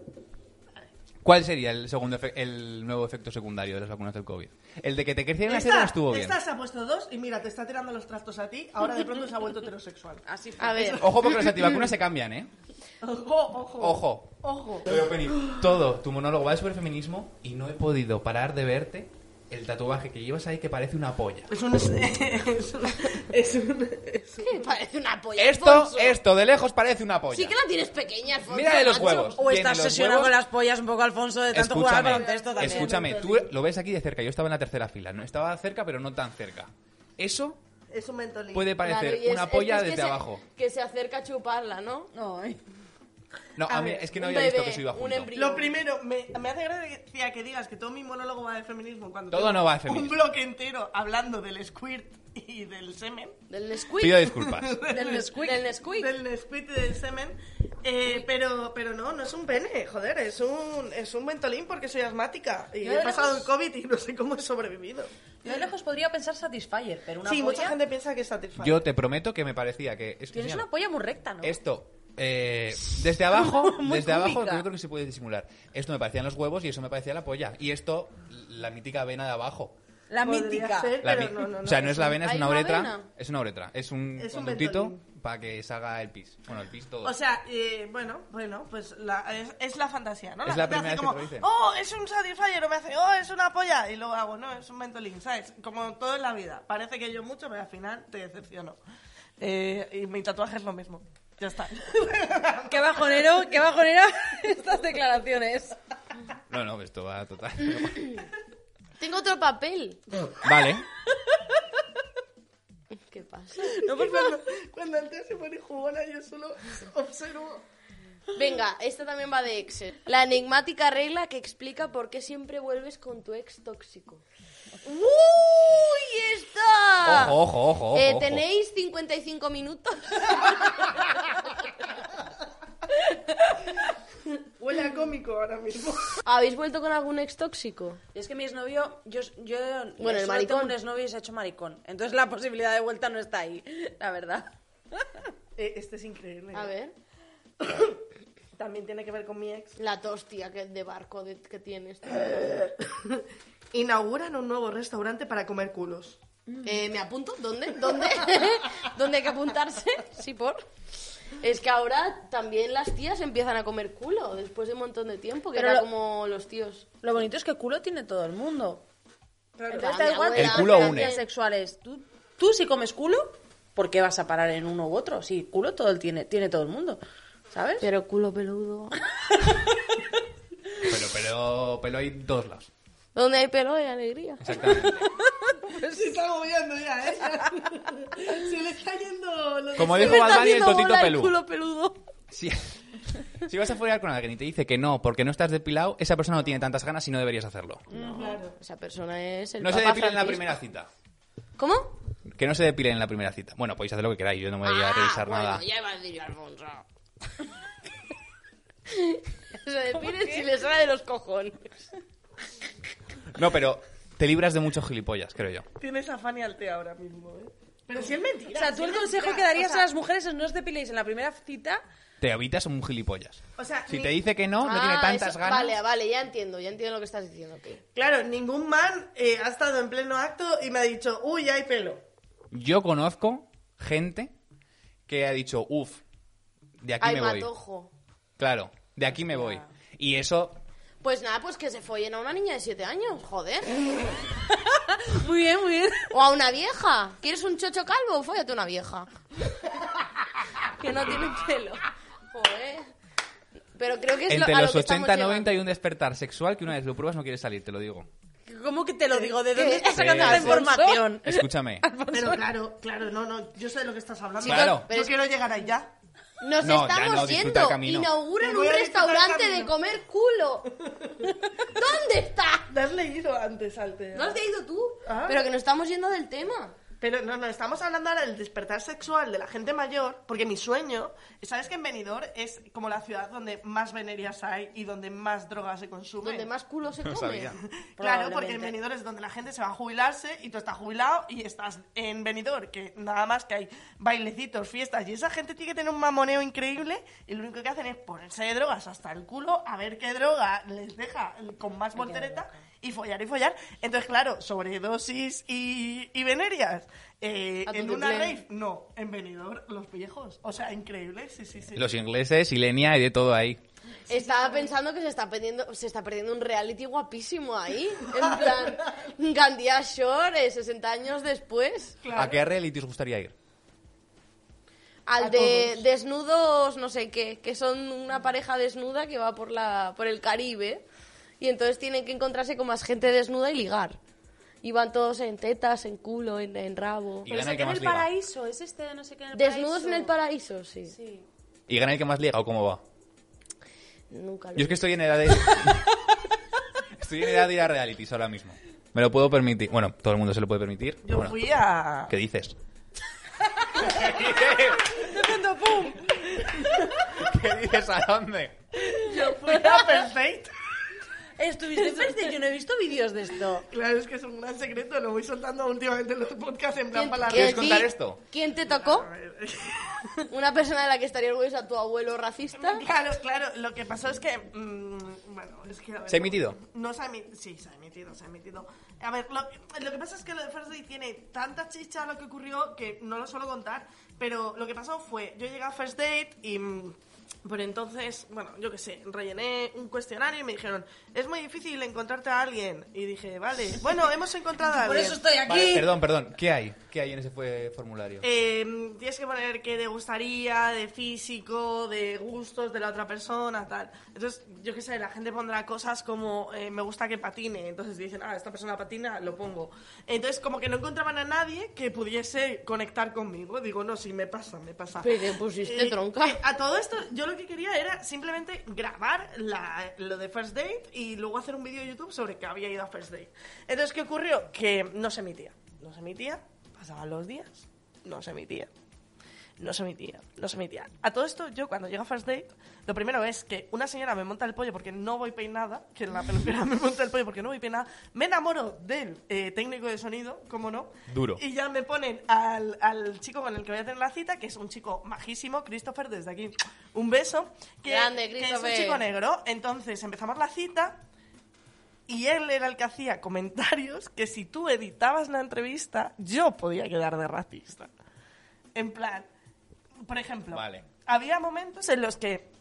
Speaker 4: ¿Cuál sería el segundo efe- el nuevo efecto secundario de las vacunas del COVID? El de que te crecieron las células estuvo bien.
Speaker 3: esta se ha puesto dos y mira, te está tirando los trastos a ti. Ahora de pronto se ha vuelto heterosexual.
Speaker 2: Así fue.
Speaker 1: A ver,
Speaker 4: Ojo porque las antivacunas se cambian, ¿eh?
Speaker 3: Ojo, ojo.
Speaker 4: Ojo.
Speaker 3: Ojo.
Speaker 4: Todo tu monólogo va sobre feminismo y no he podido parar de verte el tatuaje que llevas ahí que parece una polla.
Speaker 3: Es un. Es un. Es un. es un-
Speaker 1: me parece una polla.
Speaker 4: Esto,
Speaker 1: Alfonso.
Speaker 4: esto, de lejos parece una polla.
Speaker 1: Sí que la tienes pequeña, Alfonso.
Speaker 4: Mira de los
Speaker 1: macho.
Speaker 4: huevos.
Speaker 2: O
Speaker 4: Tiene
Speaker 2: estás
Speaker 4: los
Speaker 2: sesionado
Speaker 4: huevos.
Speaker 2: con las pollas un poco, Alfonso, de tanto jugar al baloncesto
Speaker 4: Escúchame,
Speaker 2: también.
Speaker 4: escúchame, tú lo ves aquí de cerca. Yo estaba en la tercera fila, no estaba cerca, pero no tan cerca. Eso
Speaker 3: Es un mentolín.
Speaker 4: puede
Speaker 1: Claro,
Speaker 4: parecer
Speaker 1: y es-
Speaker 4: una
Speaker 1: es que
Speaker 4: polla
Speaker 1: es que
Speaker 4: desde
Speaker 1: se-
Speaker 4: abajo.
Speaker 1: Que se acerca a chuparla, ¿no?
Speaker 2: Ay.
Speaker 4: No, a,
Speaker 3: A
Speaker 4: mí
Speaker 3: ver,
Speaker 4: es que no
Speaker 1: un
Speaker 4: había visto
Speaker 1: bebé,
Speaker 4: que se iba
Speaker 1: un
Speaker 4: junto.
Speaker 1: embrión.
Speaker 3: Lo primero, me, me hace gracia que digas que todo mi monólogo va de feminismo cuando
Speaker 4: Todo
Speaker 3: tengo
Speaker 4: no va de feminismo.
Speaker 3: un bloque entero hablando del squirt y del semen.
Speaker 1: Del squeak.
Speaker 4: Pido disculpas.
Speaker 1: Del Nesquik. Del Nesquik.
Speaker 3: Del squirt y del semen. Eh, pero, pero no, no es un pene, joder, es un, es un ventolín porque soy asmática y
Speaker 6: Yo
Speaker 3: he
Speaker 6: de
Speaker 3: pasado el
Speaker 6: lejos-
Speaker 3: COVID y no sé cómo he sobrevivido.
Speaker 6: Yo de lejos podría pensar Satisfyer, pero una
Speaker 3: Sí,
Speaker 6: polla...
Speaker 3: mucha gente piensa que es satisfactorio.
Speaker 4: Yo te prometo que me parecía que... es que
Speaker 2: Tienes
Speaker 4: mira,
Speaker 2: una polla muy recta, ¿no?
Speaker 4: Esto, eh, desde abajo,
Speaker 2: Muy
Speaker 4: desde abajo,
Speaker 2: cúbica.
Speaker 4: yo creo que se puede disimular. Esto me parecían los huevos y eso me parecía la polla. Y esto, la mítica vena de abajo.
Speaker 2: La
Speaker 3: Podría
Speaker 2: mítica.
Speaker 3: ser,
Speaker 4: La
Speaker 3: pero
Speaker 4: mi-
Speaker 3: no, no, no.
Speaker 4: o sea, no es la vena, es
Speaker 1: ¿Hay
Speaker 4: una
Speaker 1: una
Speaker 4: uretra.
Speaker 1: vena?
Speaker 4: Es una uretra. Es un
Speaker 3: Es un
Speaker 4: conductito
Speaker 3: ventolín.
Speaker 4: para que salga el pis. Bueno, el pis todo.
Speaker 3: O sea, eh, bueno, bueno, pues la, es, es la fantasía, ¿no?
Speaker 4: Es la
Speaker 3: gente
Speaker 4: primera
Speaker 3: hace
Speaker 4: vez que
Speaker 3: como,
Speaker 4: te lo dicen.
Speaker 3: Oh, es un satisfier, o me hace, oh, es una polla, y luego hago, no, es un mentolín, ¿sabes? Como todo en la vida. Parece que yo mucho, pero al final te decepciono. Eh, y mi tatuaje es lo mismo. Ya está.
Speaker 2: Qué bajonero, qué bajonero estas declaraciones.
Speaker 4: No, no, esto va total.
Speaker 1: Tengo otro papel.
Speaker 4: vale.
Speaker 1: ¿Qué pasa?
Speaker 3: No, por favor. Cuando el tío se pone jugona, yo solo observo.
Speaker 1: Venga, esta también va de exes. La enigmática regla que explica por qué siempre vuelves con tu ex tóxico. ¡Uy, está!
Speaker 4: Ojo, ojo, ojo. ojo,
Speaker 1: Eh,
Speaker 4: ojo.
Speaker 1: Tenéis 55 minutos.
Speaker 3: Huele a cómico ahora mismo.
Speaker 1: ¿Habéis vuelto con algún ex tóxico?
Speaker 2: Y es que mi exnovio, yo, yo
Speaker 1: Bueno, el
Speaker 2: solo
Speaker 1: maricón.
Speaker 2: tengo un exnovio y se ha hecho maricón. Entonces la posibilidad de vuelta no está ahí, la verdad.
Speaker 3: Eh, este es increíble.
Speaker 1: A ver,
Speaker 3: También tiene que ver con mi ex.
Speaker 1: la tostia que, de barco de- que tienes.
Speaker 3: Inauguran un nuevo restaurante para comer culos.
Speaker 1: Eh, ¿Me apunto? ¿Dónde? ¿Dónde? ¿Dónde hay que apuntarse? Sí, por. Es que ahora también las tías empiezan a comer culo después de un montón de tiempo, que
Speaker 2: Pero
Speaker 1: era
Speaker 2: lo-
Speaker 1: como los tíos.
Speaker 2: Lo bonito es que culo tiene todo el mundo. Entonces
Speaker 1: Ah,
Speaker 2: da
Speaker 1: mi
Speaker 2: igual que
Speaker 1: abuela,
Speaker 2: las
Speaker 4: El culo une.
Speaker 2: preferencias sexuales. Tú, tú si comes culo, ¿por qué vas a parar en uno u otro? Si culo todo el tiene, tiene todo el mundo, ¿sabes?
Speaker 1: Pero culo peludo.
Speaker 4: Pero, pero, pero hay dos lados.
Speaker 1: Donde hay pelo hay alegría.
Speaker 4: Exactamente.
Speaker 3: Se está agobiando ya, ¿eh? Se le está yendo lo de-
Speaker 4: Como dijo
Speaker 1: Me está
Speaker 4: Balbani, el
Speaker 1: haciendo
Speaker 4: totito
Speaker 1: bola el
Speaker 4: pelú.
Speaker 1: culo peludo.
Speaker 4: Si, si vas a follar con alguien y te dice que no porque no estás depilado, esa persona no tiene tantas ganas y no deberías hacerlo.
Speaker 1: Esa persona es el
Speaker 4: No se
Speaker 1: Papa
Speaker 4: depilen en la
Speaker 1: Francisco.
Speaker 4: primera cita.
Speaker 1: ¿Cómo?
Speaker 4: Que no se depilen en la primera cita. Bueno, podéis hacer lo que queráis, yo no me voy a revisar
Speaker 1: Ah, bueno,
Speaker 4: nada.
Speaker 1: ya iba a decir yo, Alfonso. se depilen si le sale de los cojones.
Speaker 4: No, pero te libras de muchos gilipollas, creo yo.
Speaker 3: Tienes a Fanny Alte ahora mismo, ¿eh?
Speaker 6: Pero si es mentira.
Speaker 2: O sea, tú el consejo que darías a las mujeres es no os depiléis en la primera cita.
Speaker 4: Te habitas un gilipollas.
Speaker 3: O sea,
Speaker 4: Si
Speaker 3: ni-
Speaker 4: te dice que no, no
Speaker 1: Ah,
Speaker 4: tiene tantas
Speaker 1: eso-
Speaker 4: ganas.
Speaker 1: Vale, vale, ya entiendo, ya entiendo lo que estás diciendo. ok.
Speaker 3: claro, ningún man eh, ha estado en pleno acto y me ha dicho, uy, hay pelo.
Speaker 4: Yo conozco gente que ha dicho, uff, de aquí
Speaker 1: Ay,
Speaker 4: me voy.
Speaker 1: matojo.
Speaker 4: Claro, de aquí me voy. Y eso,
Speaker 1: Pues nada, pues que se follen a una niña de 7 años, joder.
Speaker 2: Muy bien, muy bien.
Speaker 1: O a una vieja. ¿Quieres un chocho calvo? Fóllate a una vieja. que no tiene pelo. Joder. Pero creo que es
Speaker 4: entre
Speaker 1: lo, a
Speaker 4: los
Speaker 1: lo que estamos
Speaker 4: 80, 90 y
Speaker 1: llegando.
Speaker 4: un despertar sexual que una vez lo pruebas no quieres salir, te lo digo.
Speaker 2: ¿Cómo que te lo digo? ¿De dónde
Speaker 1: ¿Qué?
Speaker 2: estás
Speaker 1: Sí,
Speaker 2: sacando esta
Speaker 4: sí.
Speaker 2: información?
Speaker 4: Escúchame.
Speaker 3: Pero claro, claro, no, no, yo sé de lo que estás hablando.
Speaker 4: Chicos, Claro.
Speaker 1: pero
Speaker 3: Yo
Speaker 1: es-
Speaker 3: quiero llegar ahí ya.
Speaker 1: Nos
Speaker 4: No, ya
Speaker 1: estamos
Speaker 4: no, disfruta el
Speaker 1: yendo.
Speaker 4: camino.
Speaker 1: Inauguran
Speaker 3: Me
Speaker 1: un
Speaker 3: voy a disfrutar el
Speaker 1: restaurante de
Speaker 3: camino.
Speaker 1: comer culo. ¿Dónde está?
Speaker 3: ¿Te has leído antes, Alte?
Speaker 1: ¿No has leído tú?
Speaker 3: Ah.
Speaker 1: Pero que nos estamos yendo del tema.
Speaker 3: Pero no, no, estamos hablando ahora del despertar sexual de la gente mayor, porque mi sueño, sabes que en Benidorm es como la ciudad donde más venerias hay y donde más drogas se consumen.
Speaker 1: Donde más culo se come.
Speaker 4: sabía.
Speaker 3: Claro, porque en Benidorm es donde la gente se va a jubilarse y tú estás jubilado y estás en Benidorm, que nada más que hay bailecitos, fiestas y esa gente tiene que tener un mamoneo increíble y lo único que hacen es ponerse de drogas hasta el culo a ver qué droga les deja con más voltereta y follar y follar. Entonces, claro, sobredosis y, y venerias. Eh,
Speaker 1: A
Speaker 3: en
Speaker 1: tu
Speaker 3: una
Speaker 1: tiplén.
Speaker 3: rave, no. En Benidorm, los pellejos. O sea, increíble, sí, sí, sí.
Speaker 4: Los ingleses, Ilenia y de todo ahí.
Speaker 1: Estaba pensando que se está perdiendo, se está perdiendo un reality guapísimo ahí. En plan, Gandía Shore, eh, 60 años después.
Speaker 3: Claro.
Speaker 4: ¿A qué reality os gustaría ir?
Speaker 1: Al de desnudos, no sé qué, que son una pareja desnuda que va por, la, por el Caribe. Y entonces tienen que encontrarse con más gente desnuda y ligar. Y van todos en tetas, en culo, en, en rabo.
Speaker 4: Y gana
Speaker 2: que
Speaker 4: el que
Speaker 2: en
Speaker 4: más
Speaker 2: el
Speaker 4: liga.
Speaker 2: paraíso, es este, no sé qué. En el
Speaker 1: Desnudos
Speaker 2: paraíso.
Speaker 1: en el paraíso, sí.
Speaker 2: Sí.
Speaker 4: ¿Y gana el que más liga o cómo va?
Speaker 1: Nunca lo
Speaker 4: Yo es que estoy en edad de... estoy en edad de ir a realities ahora mismo. Me lo puedo permitir. Bueno, todo el mundo se lo puede permitir.
Speaker 3: Yo
Speaker 4: Bueno,
Speaker 3: fui a...
Speaker 4: ¿Qué dices? ¿Qué dices a dónde?
Speaker 3: Fui a First Date.
Speaker 2: Estuviste en First Date, yo no he visto vídeos de esto.
Speaker 3: Claro, es que es un gran secreto, lo voy soltando últimamente en los podcasts en plan para
Speaker 4: ¿Quieres
Speaker 1: ¿Quién-
Speaker 4: contar
Speaker 1: quién-
Speaker 4: esto?
Speaker 1: ¿Quién te tocó? Una persona de la que estaría orgullosa tu abuelo racista.
Speaker 3: Claro, claro, lo que pasó es que... mm, bueno, es que... a ver,
Speaker 4: ¿Se ha emitido?
Speaker 3: No se ha emitido, sí, se ha emitido, se ha emitido. A ver, lo, lo que pasa es que lo de First Day tiene tanta chicha lo que ocurrió que no lo suelo contar, pero lo que pasó fue, yo llegué a First Date y... mm, por entonces, bueno, yo qué sé, rellené un cuestionario y me dijeron, es muy difícil encontrarte a alguien. Y dije, vale, bueno, hemos encontrado a alguien.
Speaker 2: Por eso estoy aquí.
Speaker 4: Vale, perdón, perdón. ¿Qué hay? ¿Qué hay en ese fue- formulario?
Speaker 3: Eh, tienes que poner qué te gustaría, de físico, de gustos de la otra persona, tal. Entonces, yo qué sé, la gente pondrá cosas como eh, me gusta que patine. Entonces dicen, ah, esta persona patina, lo pongo. Entonces, como que no encontraban a nadie que pudiese conectar conmigo. Digo, no, sí, me pasa, me pasa.
Speaker 1: Pero te pusiste tronca.
Speaker 3: eh, A todo esto, yo lo que quería era simplemente grabar la- lo de First Date y luego hacer un vídeo de YouTube sobre que había ido a First Date. Entonces, ¿qué ocurrió? Que no se emitía. No se emitía, pasaban los días, no se emitía. No se emitía, no se emitía. A todo esto, yo cuando llego a First Date, lo primero es que una señora me monta el pollo porque no voy peinada, que la peluquera me monta el pollo porque no voy peinada, me enamoro del eh, técnico de sonido, cómo no.
Speaker 4: Duro.
Speaker 3: Y ya me ponen al, al chico con el que voy a tener la cita, que es un chico majísimo, Christopher, desde aquí un beso. Que,
Speaker 1: Grande,
Speaker 3: que es un
Speaker 1: Christopher.
Speaker 3: chico negro. Entonces empezamos la cita y él era el que hacía comentarios que si tú editabas la entrevista, yo podía quedar de racista. En plan, por ejemplo,
Speaker 4: Vale.
Speaker 3: había momentos en los que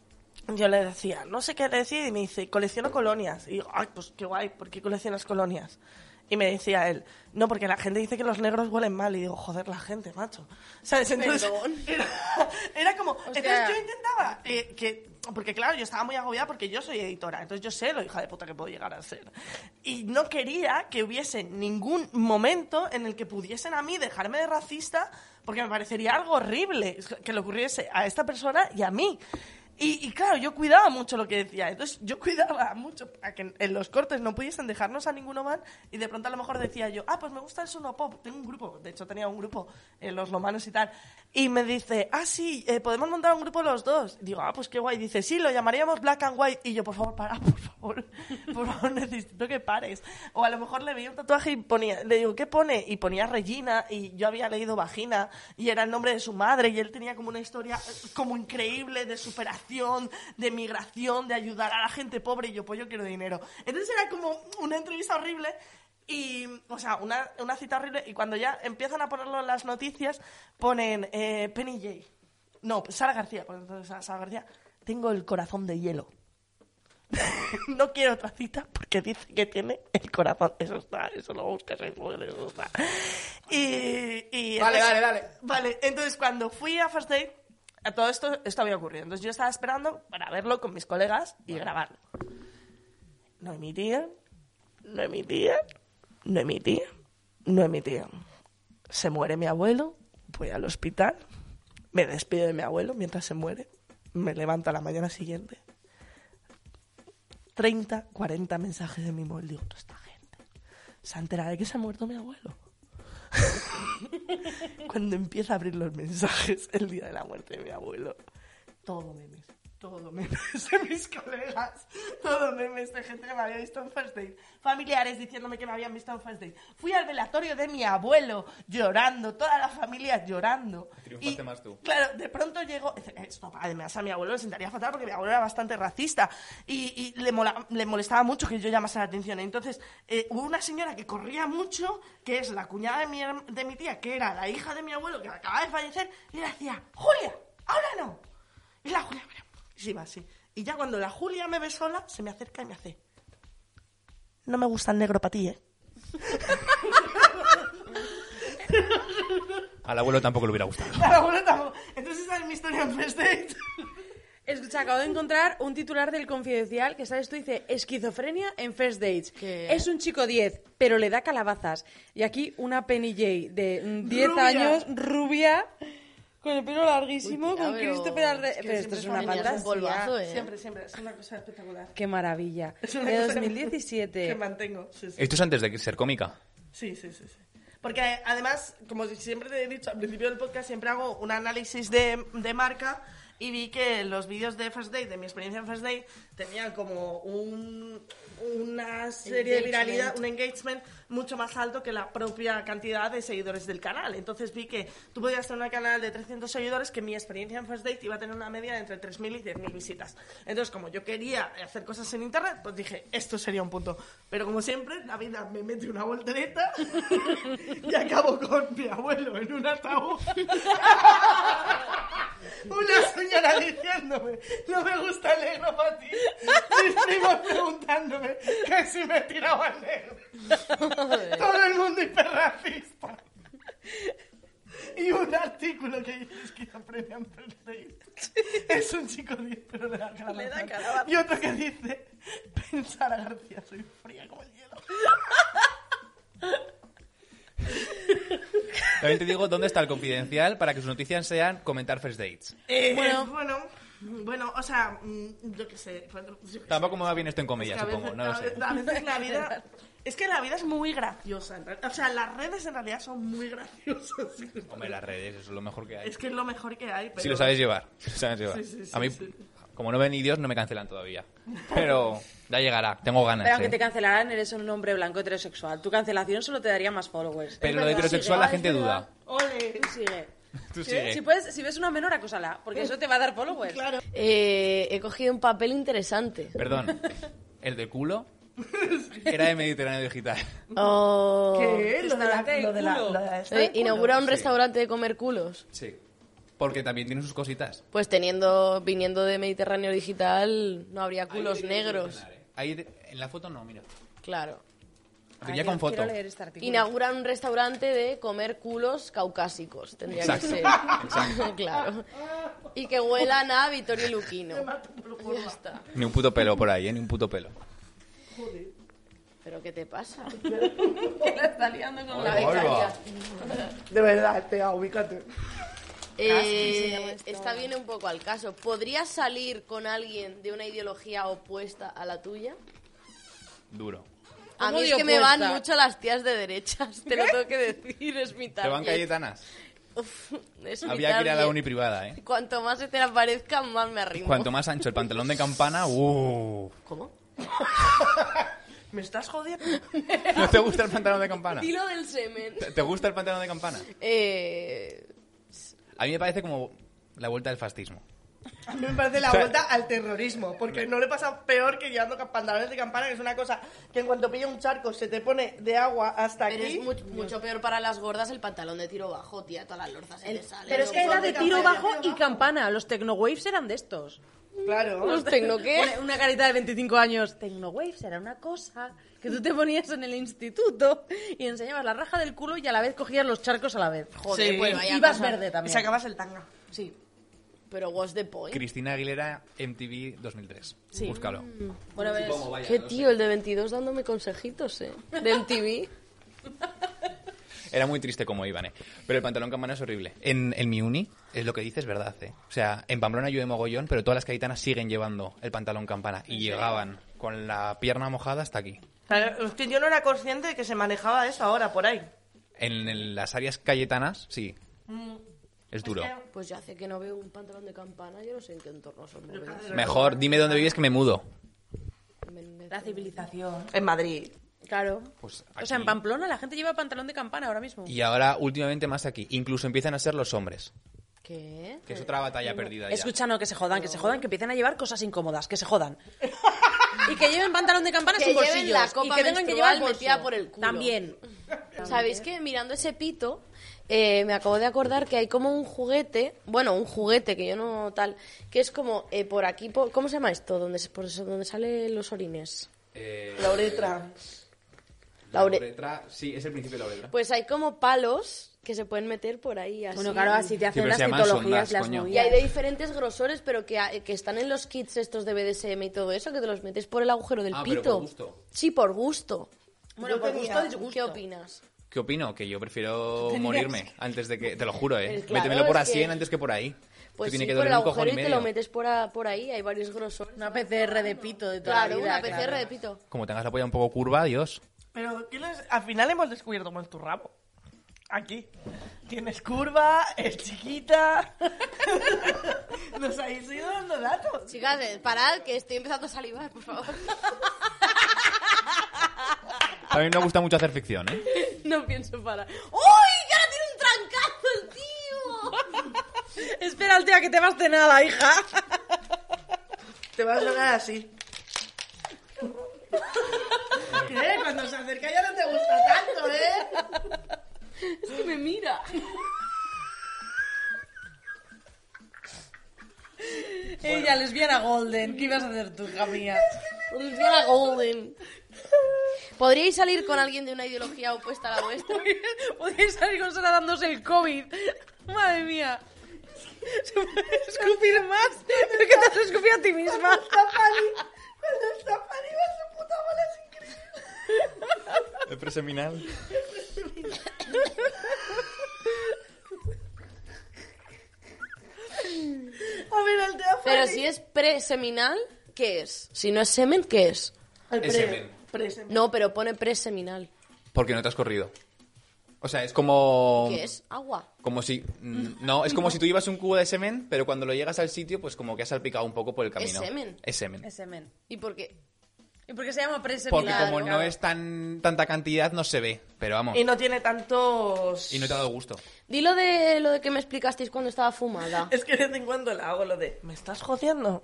Speaker 3: yo le decía, no sé qué le decía, y me dice, colecciono colonias. Y digo, ay, pues qué guay, ¿por qué coleccionas colonias? Y me decía él, no, porque la gente dice que los negros huelen mal. Y digo, joder, la gente, macho. ¿Sabes? Entonces, era, era como, entonces yo intentaba eh, que, porque claro, yo estaba muy agobiada porque yo soy editora, entonces yo sé lo hija de puta que puedo llegar a ser. Y no quería que hubiese ningún momento en el que pudiesen a mí dejarme de racista porque me parecería algo horrible que le ocurriese a esta persona y a mí. Y, y claro, yo cuidaba mucho lo que decía. Entonces, yo cuidaba mucho para que en- en los cortes no pudiesen dejarnos a ninguno mal. Y de pronto, a lo mejor decía yo, ah, pues me gusta el Suno Pop. Tengo un grupo, de hecho, tenía un grupo, eh, los lomanos y tal. Y me dice, ah, sí, eh, podemos montar un grupo los dos. Digo, ah, pues qué guay. Dice, sí, lo llamaríamos Black and White. Y yo, por favor, para, por favor, por favor, necesito que pares. O a lo mejor le veía un tatuaje y ponía, le digo, ¿qué pone? Y ponía Regina. Y yo había leído Vagina. Y era el nombre de su madre. Y él tenía como una historia eh, como increíble de superación, de migración, de ayudar a la gente pobre. Y yo, pues yo quiero dinero. Entonces era como una entrevista horrible. Y, o sea, una, una cita horrible. Y cuando ya empiezan a ponerlo en las noticias, ponen eh, Penny J. No, Sara García. Pues entonces, Sara- Sara García, tengo el corazón de hielo. no quiero otra cita porque dice que tiene el corazón. Eso está, eso lo buscas en Google, eso está. Y, y
Speaker 4: Vale,
Speaker 3: entonces-
Speaker 4: vale, vale.
Speaker 3: Vale, entonces cuando fui a First Date, a todo esto, esto había ocurrido. Entonces yo estaba esperando para verlo con mis colegas y grabarlo. No emitían, no emitían, no emitían, no emitían. Se muere mi abuelo, voy al hospital, me despido de mi abuelo mientras se muere, me levanto a la mañana siguiente. 30, 40 mensajes de mi móvil. Digo, "Toda esta gente se ha enterado de que se ha muerto mi abuelo. Cuando empieza a abrir los mensajes el día de la muerte de mi abuelo, todo memes, todo memes de mis colegas, todo memes de gente que me había visto en First Date, familiares diciéndome que me habían visto en First Date. Fui al velatorio de mi abuelo llorando, toda la familia llorando.
Speaker 4: Triunfaste más tú.
Speaker 3: Claro, de pronto llegó. Esto, además, a mi abuelo le sentaría fatal porque mi abuelo era bastante racista y, y le, mola- le molestaba mucho que yo llamase la atención. Entonces, eh, hubo una señora que corría mucho, que es la cuñada de mi, herm- de mi tía, que era la hija de mi abuelo, que acaba de fallecer, y le decía: ¡Julia! ¡Ahora no! Y la Julia, mira, sí, va así. Y ya cuando la Julia me ve sola, se me acerca y me hace: No me gusta el negro para ti, ¿eh?
Speaker 4: Al abuelo tampoco le hubiera gustado.
Speaker 3: Claro, bueno, tampoco. Entonces, esa es mi historia en First Date.
Speaker 2: Escucha, acabo de encontrar un titular del Confidencial que, ¿sabes? Tú dice esquizofrenia en first dates.
Speaker 1: ¿Qué?
Speaker 2: Es un chico 10, pero le da calabazas. Y aquí una Penny J de mm, 10
Speaker 3: Rubia.
Speaker 2: años, rubia, con el pelo larguísimo,
Speaker 1: Uy, tía,
Speaker 2: con
Speaker 1: pero
Speaker 2: Christopher Alde-
Speaker 1: es que
Speaker 2: Pero esto
Speaker 3: siempre
Speaker 2: es una
Speaker 3: esa niña oh, es un
Speaker 2: fantasía.
Speaker 1: polvazo, ¿eh?
Speaker 3: Siempre, siempre. Es una cosa espectacular.
Speaker 2: Qué maravilla.
Speaker 3: Es una
Speaker 2: De
Speaker 3: cosa que-
Speaker 2: 2017.
Speaker 3: Que mantengo, sí, sí.
Speaker 4: Esto es antes de ser cómica.
Speaker 3: Sí, sí, sí, sí. Porque eh, además, como siempre te he dicho al principio del podcast, siempre hago un análisis de, de marca y vi que los vídeos de First Date, de mi experiencia en First Date, tenían como un, una serie de
Speaker 1: Engagement.
Speaker 3: viralidad, un engagement mucho más alto que la propia cantidad de seguidores del canal. Entonces vi que tú podías tener un canal de 300 seguidores que mi experiencia en First Date iba a tener una media de entre 3.000 y 10.000 visitas. Entonces, como yo quería hacer cosas en Internet, pues dije, esto sería un punto. Pero como siempre, la vida me mete una voltereta y acabo con mi abuelo en un ataúd. Una señora diciéndome, no me gusta el negro para ti. Mis primos preguntándome que si me tiraba al negro. Todo el mundo hiperracista. Y un artículo que dice esquizofrenia en First Dates. Es un chico 10, pero le da calabaza. Y otro que dice, pensar a García, soy fría como el hielo.
Speaker 4: También te digo dónde está el confidencial para que sus noticias sean comentar first dates.
Speaker 3: Eh,
Speaker 1: Bueno.
Speaker 3: bueno. bueno, o sea, mm, yo qué sé. bueno, yo qué sé.
Speaker 4: Tampoco me va bien esto en comillas,
Speaker 3: Es que a
Speaker 4: supongo.
Speaker 3: veces-
Speaker 4: No lo
Speaker 3: a
Speaker 4: sé.
Speaker 3: veces- a veces la vida... Es que la vida es muy graciosa. en realidad. O sea, las redes en realidad son muy graciosas.
Speaker 4: Hombre, las redes, eso es lo mejor que hay.
Speaker 3: Es que es lo mejor que hay. Pero...
Speaker 4: Si lo sabes llevar. si lo sabes llevar.
Speaker 3: Sí, sí, sí,
Speaker 4: a mí,
Speaker 3: sí.
Speaker 4: como no ven ni Dios, no me cancelan todavía. Pero ya llegará, tengo ganas.
Speaker 2: Pero aunque
Speaker 4: ¿eh?
Speaker 2: te cancelaran, eres un hombre blanco heterosexual. Tu cancelación solo te daría más followers.
Speaker 4: Pero lo de
Speaker 1: verdad,
Speaker 4: heterosexual
Speaker 1: sí,
Speaker 4: la
Speaker 1: es
Speaker 4: gente
Speaker 1: verdad.
Speaker 4: duda.
Speaker 3: Ole.
Speaker 2: Tú sigue. Ah,
Speaker 4: Tú
Speaker 2: ¿Sí? pues.
Speaker 4: sigue.
Speaker 2: Si, puedes, si ves una menor, acósala, porque eso te va a dar followers. Claro.
Speaker 1: Eh, he cogido un papel interesante.
Speaker 4: Perdón, el de culo era de Mediterráneo Digital.
Speaker 1: Oh,
Speaker 3: ¿Qué? Lo de la...
Speaker 2: Restaurante de
Speaker 3: Lo de la...
Speaker 2: culo.
Speaker 3: Lo de la
Speaker 1: eh, inaugura un
Speaker 4: Sí.
Speaker 1: restaurante de comer culos.
Speaker 4: Sí. Porque también tiene sus cositas.
Speaker 1: Pues teniendo, viniendo de Mediterráneo Digital, no habría culos negros.
Speaker 4: Ahí te- en la foto no, mira.
Speaker 1: Claro.
Speaker 4: Ya con foto.
Speaker 2: Quiero leer este artículo.
Speaker 1: Inauguran un restaurante de comer culos caucásicos, tendría
Speaker 4: Exacto,
Speaker 1: que ser. claro. Y que huelan a Vittorio Luquino. Ya está.
Speaker 4: Ni un puto pelo por ahí, ¿eh? Ni un puto pelo.
Speaker 1: ¿Pero qué te pasa?
Speaker 2: Que la está liando con la
Speaker 4: Ahí va.
Speaker 1: becaria.
Speaker 3: De verdad, te ubícate.
Speaker 1: Eh, esta viene un poco al caso. ¿Podrías salir con alguien de una ideología opuesta a la tuya?
Speaker 4: Duro.
Speaker 1: A
Speaker 2: ¿Cómo
Speaker 1: mí es
Speaker 2: de
Speaker 1: que me van
Speaker 2: opuesta?
Speaker 1: mucho las tías de derechas, te lo tengo que decir, es mi
Speaker 4: Te van
Speaker 1: target.
Speaker 4: Cayetanas.
Speaker 1: Uf, es mi
Speaker 4: Había que ir a la
Speaker 1: target.
Speaker 4: uni privada, ¿eh?
Speaker 1: Cuanto más se te aparezca, más me arrimo.
Speaker 4: Cuanto más ancho el pantalón de campana, uh.
Speaker 1: ¿Cómo?
Speaker 3: ¿Me estás jodiendo?
Speaker 4: ¿No te gusta el pantalón de campana?
Speaker 1: Dilo del semen.
Speaker 4: ¿Te- ¿Te gusta el pantalón de campana?
Speaker 1: Eh,
Speaker 4: A mí me parece como la vuelta del fascismo.
Speaker 3: A mí me parece la
Speaker 4: O sea-
Speaker 3: vuelta al terrorismo, porque no le pasa peor que llevando ca- pantalones de campana, que es una cosa que en cuanto pilla un charco se te pone de agua hasta
Speaker 1: pero
Speaker 3: aquí.
Speaker 1: es mucho, mucho peor para las gordas el pantalón de tiro bajo, tía. Todas las lorzas se te salen.
Speaker 2: Pero es que
Speaker 1: loco.
Speaker 2: era de tiro bajo y campana. Los Tecnowaves eran de estos.
Speaker 3: Claro.
Speaker 1: ¿Los tecno qué?
Speaker 2: Una, una carita de 25 años. Tecnowaves era una cosa que tú te ponías en el instituto y enseñabas la raja del culo y a la vez cogías los charcos a la vez.
Speaker 1: Joder,
Speaker 3: Sí.
Speaker 1: pues vaya
Speaker 2: Ibas
Speaker 1: cosa.
Speaker 2: verde
Speaker 3: Y
Speaker 2: también.
Speaker 3: sacabas el tanga.
Speaker 2: Sí.
Speaker 1: Pero what's the point?
Speaker 4: Cristina Aguilera, MTV 2003. Búscalo.
Speaker 2: Bueno, a ver,
Speaker 1: Qué tío, el de 22 dándome consejitos, ¿eh? De MTV.
Speaker 4: Era muy triste como iban, ¿eh? Pero el pantalón campana es horrible. En, en mi uni, es lo que dices, verdad, ¿eh? O sea, en Pamplona llueve mogollón, pero todas las caetanas siguen llevando el pantalón campana. Y llegaban con la pierna mojada hasta aquí.
Speaker 3: Claro, es que yo no era consciente de que se manejaba eso ahora por ahí.
Speaker 4: En, en las áreas cayetanas, sí.
Speaker 2: Mm.
Speaker 4: Es duro.
Speaker 1: Pues ya hace que no veo un pantalón de campana, yo no sé en qué entorno son movidas.
Speaker 4: Mejor, dime dónde vives que me mudo.
Speaker 2: la civilización.
Speaker 3: En Madrid.
Speaker 2: Claro.
Speaker 4: Pues
Speaker 2: O sea, en
Speaker 4: aquí-
Speaker 2: Pamplona la gente lleva pantalón de campana ahora mismo.
Speaker 4: Y ahora, últimamente, más aquí. Incluso empiezan a ser los hombres.
Speaker 1: ¿Qué?
Speaker 4: Que es otra batalla perdida ya.
Speaker 2: Escucha, no, que se jodan, que se jodan, que empiecen a llevar cosas incómodas, que se jodan. y que lleven pantalón de campana
Speaker 1: Que
Speaker 2: sin
Speaker 1: lleven
Speaker 2: bolsillos.
Speaker 1: la copa
Speaker 2: y que tengan que
Speaker 1: menstrual
Speaker 2: llevar el bolso.
Speaker 1: metida por el culo.
Speaker 2: También.
Speaker 1: ¿Sabéis que mirando ese pito eh, me acabo de acordar que hay como un juguete, bueno, un juguete que yo no tal, que es como eh, por aquí, por- ¿cómo se llama esto? Donde, se- por eso- donde salen los orines.
Speaker 4: Eh,
Speaker 3: La uretra.
Speaker 1: La ure-
Speaker 4: uretra, sí, es el principio de la uretra.
Speaker 1: Pues hay como palos que se pueden meter por ahí así.
Speaker 2: Bueno, claro, así te hacen
Speaker 4: pero
Speaker 2: las
Speaker 4: se llaman
Speaker 2: citologías,
Speaker 4: sondas,
Speaker 2: las
Speaker 4: coño.
Speaker 1: Y hay
Speaker 2: movidas.
Speaker 1: de diferentes grosores, pero que, ha- que están en los kits estos de BDSM y todo eso, que te los metes por el agujero del
Speaker 4: Ah,
Speaker 1: pito.
Speaker 4: pero por gusto.
Speaker 1: Sí, por gusto.
Speaker 2: Bueno,
Speaker 3: Yo
Speaker 2: por
Speaker 3: tenía-
Speaker 2: gusto, disgusto.
Speaker 1: ¿Qué opinas?
Speaker 4: ¿Qué opino? Que yo prefiero morirme antes de que... Te lo juro, ¿eh?
Speaker 1: Pero Pues claro,
Speaker 4: Métemelo por
Speaker 1: es
Speaker 4: así
Speaker 1: que-
Speaker 4: antes que por ahí.
Speaker 1: Pues
Speaker 4: Esto tiene
Speaker 1: sí,
Speaker 4: que
Speaker 1: por
Speaker 4: doler
Speaker 1: el
Speaker 4: un cojón
Speaker 1: agujero
Speaker 4: y
Speaker 1: y te lo
Speaker 4: medio.
Speaker 1: metes por, a- por ahí, hay varios grosores.
Speaker 2: Una PCR de pito de toda
Speaker 1: Claro,
Speaker 2: la vida.
Speaker 1: una PCR
Speaker 2: claro.
Speaker 1: de pito.
Speaker 4: Como tengas la polla un poco curva, Dios.
Speaker 3: Pero ¿qué les- al final hemos descubierto cómo es tu rabo. Aquí. Tienes curva, es chiquita. Nos habéis ido dando datos.
Speaker 1: Chicas, eh, parad, que estoy empezando a salivar, por favor.
Speaker 4: A mí me gusta mucho hacer ficción, ¿eh?
Speaker 1: No pienso parar. ¡Uy! ¡Que ahora tiene un trancazo el tío!
Speaker 2: Espera, tía, que te vas de nada, hija.
Speaker 3: Te va a sonar así. ¿Qué? Cuando se acerca ya no te gusta tanto, ¿eh?
Speaker 1: Es que me mira.
Speaker 2: Ella, lesbiana golden. ¿Qué ibas a hacer tú, hija mía?
Speaker 1: Lesbiana Golden. ¿Podríais salir con alguien de una ideología opuesta a la vuestra?
Speaker 2: Podríais salir con Sara dándose el COVID. Madre mía. Se puede escupir más. Pero que te has escupido a ti misma.
Speaker 3: Cuando está parido su puta bola es increíble.
Speaker 4: El preseminal.
Speaker 3: A ver, al de
Speaker 1: Pero si es preseminal, ¿qué es? Si no es semen, ¿qué es?
Speaker 4: Es semen.
Speaker 1: No, pero pone preseminal.
Speaker 4: Porque no te has corrido. O sea, es como...
Speaker 1: ¿Qué es? Agua.
Speaker 4: Como si... mm, No, es como si tú llevas un cubo de semen, pero cuando lo llegas al sitio, pues como que has salpicado un poco por el camino.
Speaker 1: semen.
Speaker 4: Es semen.
Speaker 2: Es semen.
Speaker 1: ¿Y por qué?
Speaker 2: ¿Y por qué se llama
Speaker 4: Porque
Speaker 2: preseminal?
Speaker 4: como no es tan tanta cantidad, no se ve. Pero vamos.
Speaker 3: Y no tiene tantos...
Speaker 4: Y no te ha dado gusto.
Speaker 1: Dilo de lo de que me explicasteis cuando estaba fumada.
Speaker 3: Es que de vez en cuando le hago lo de, ¿me estás jodiendo?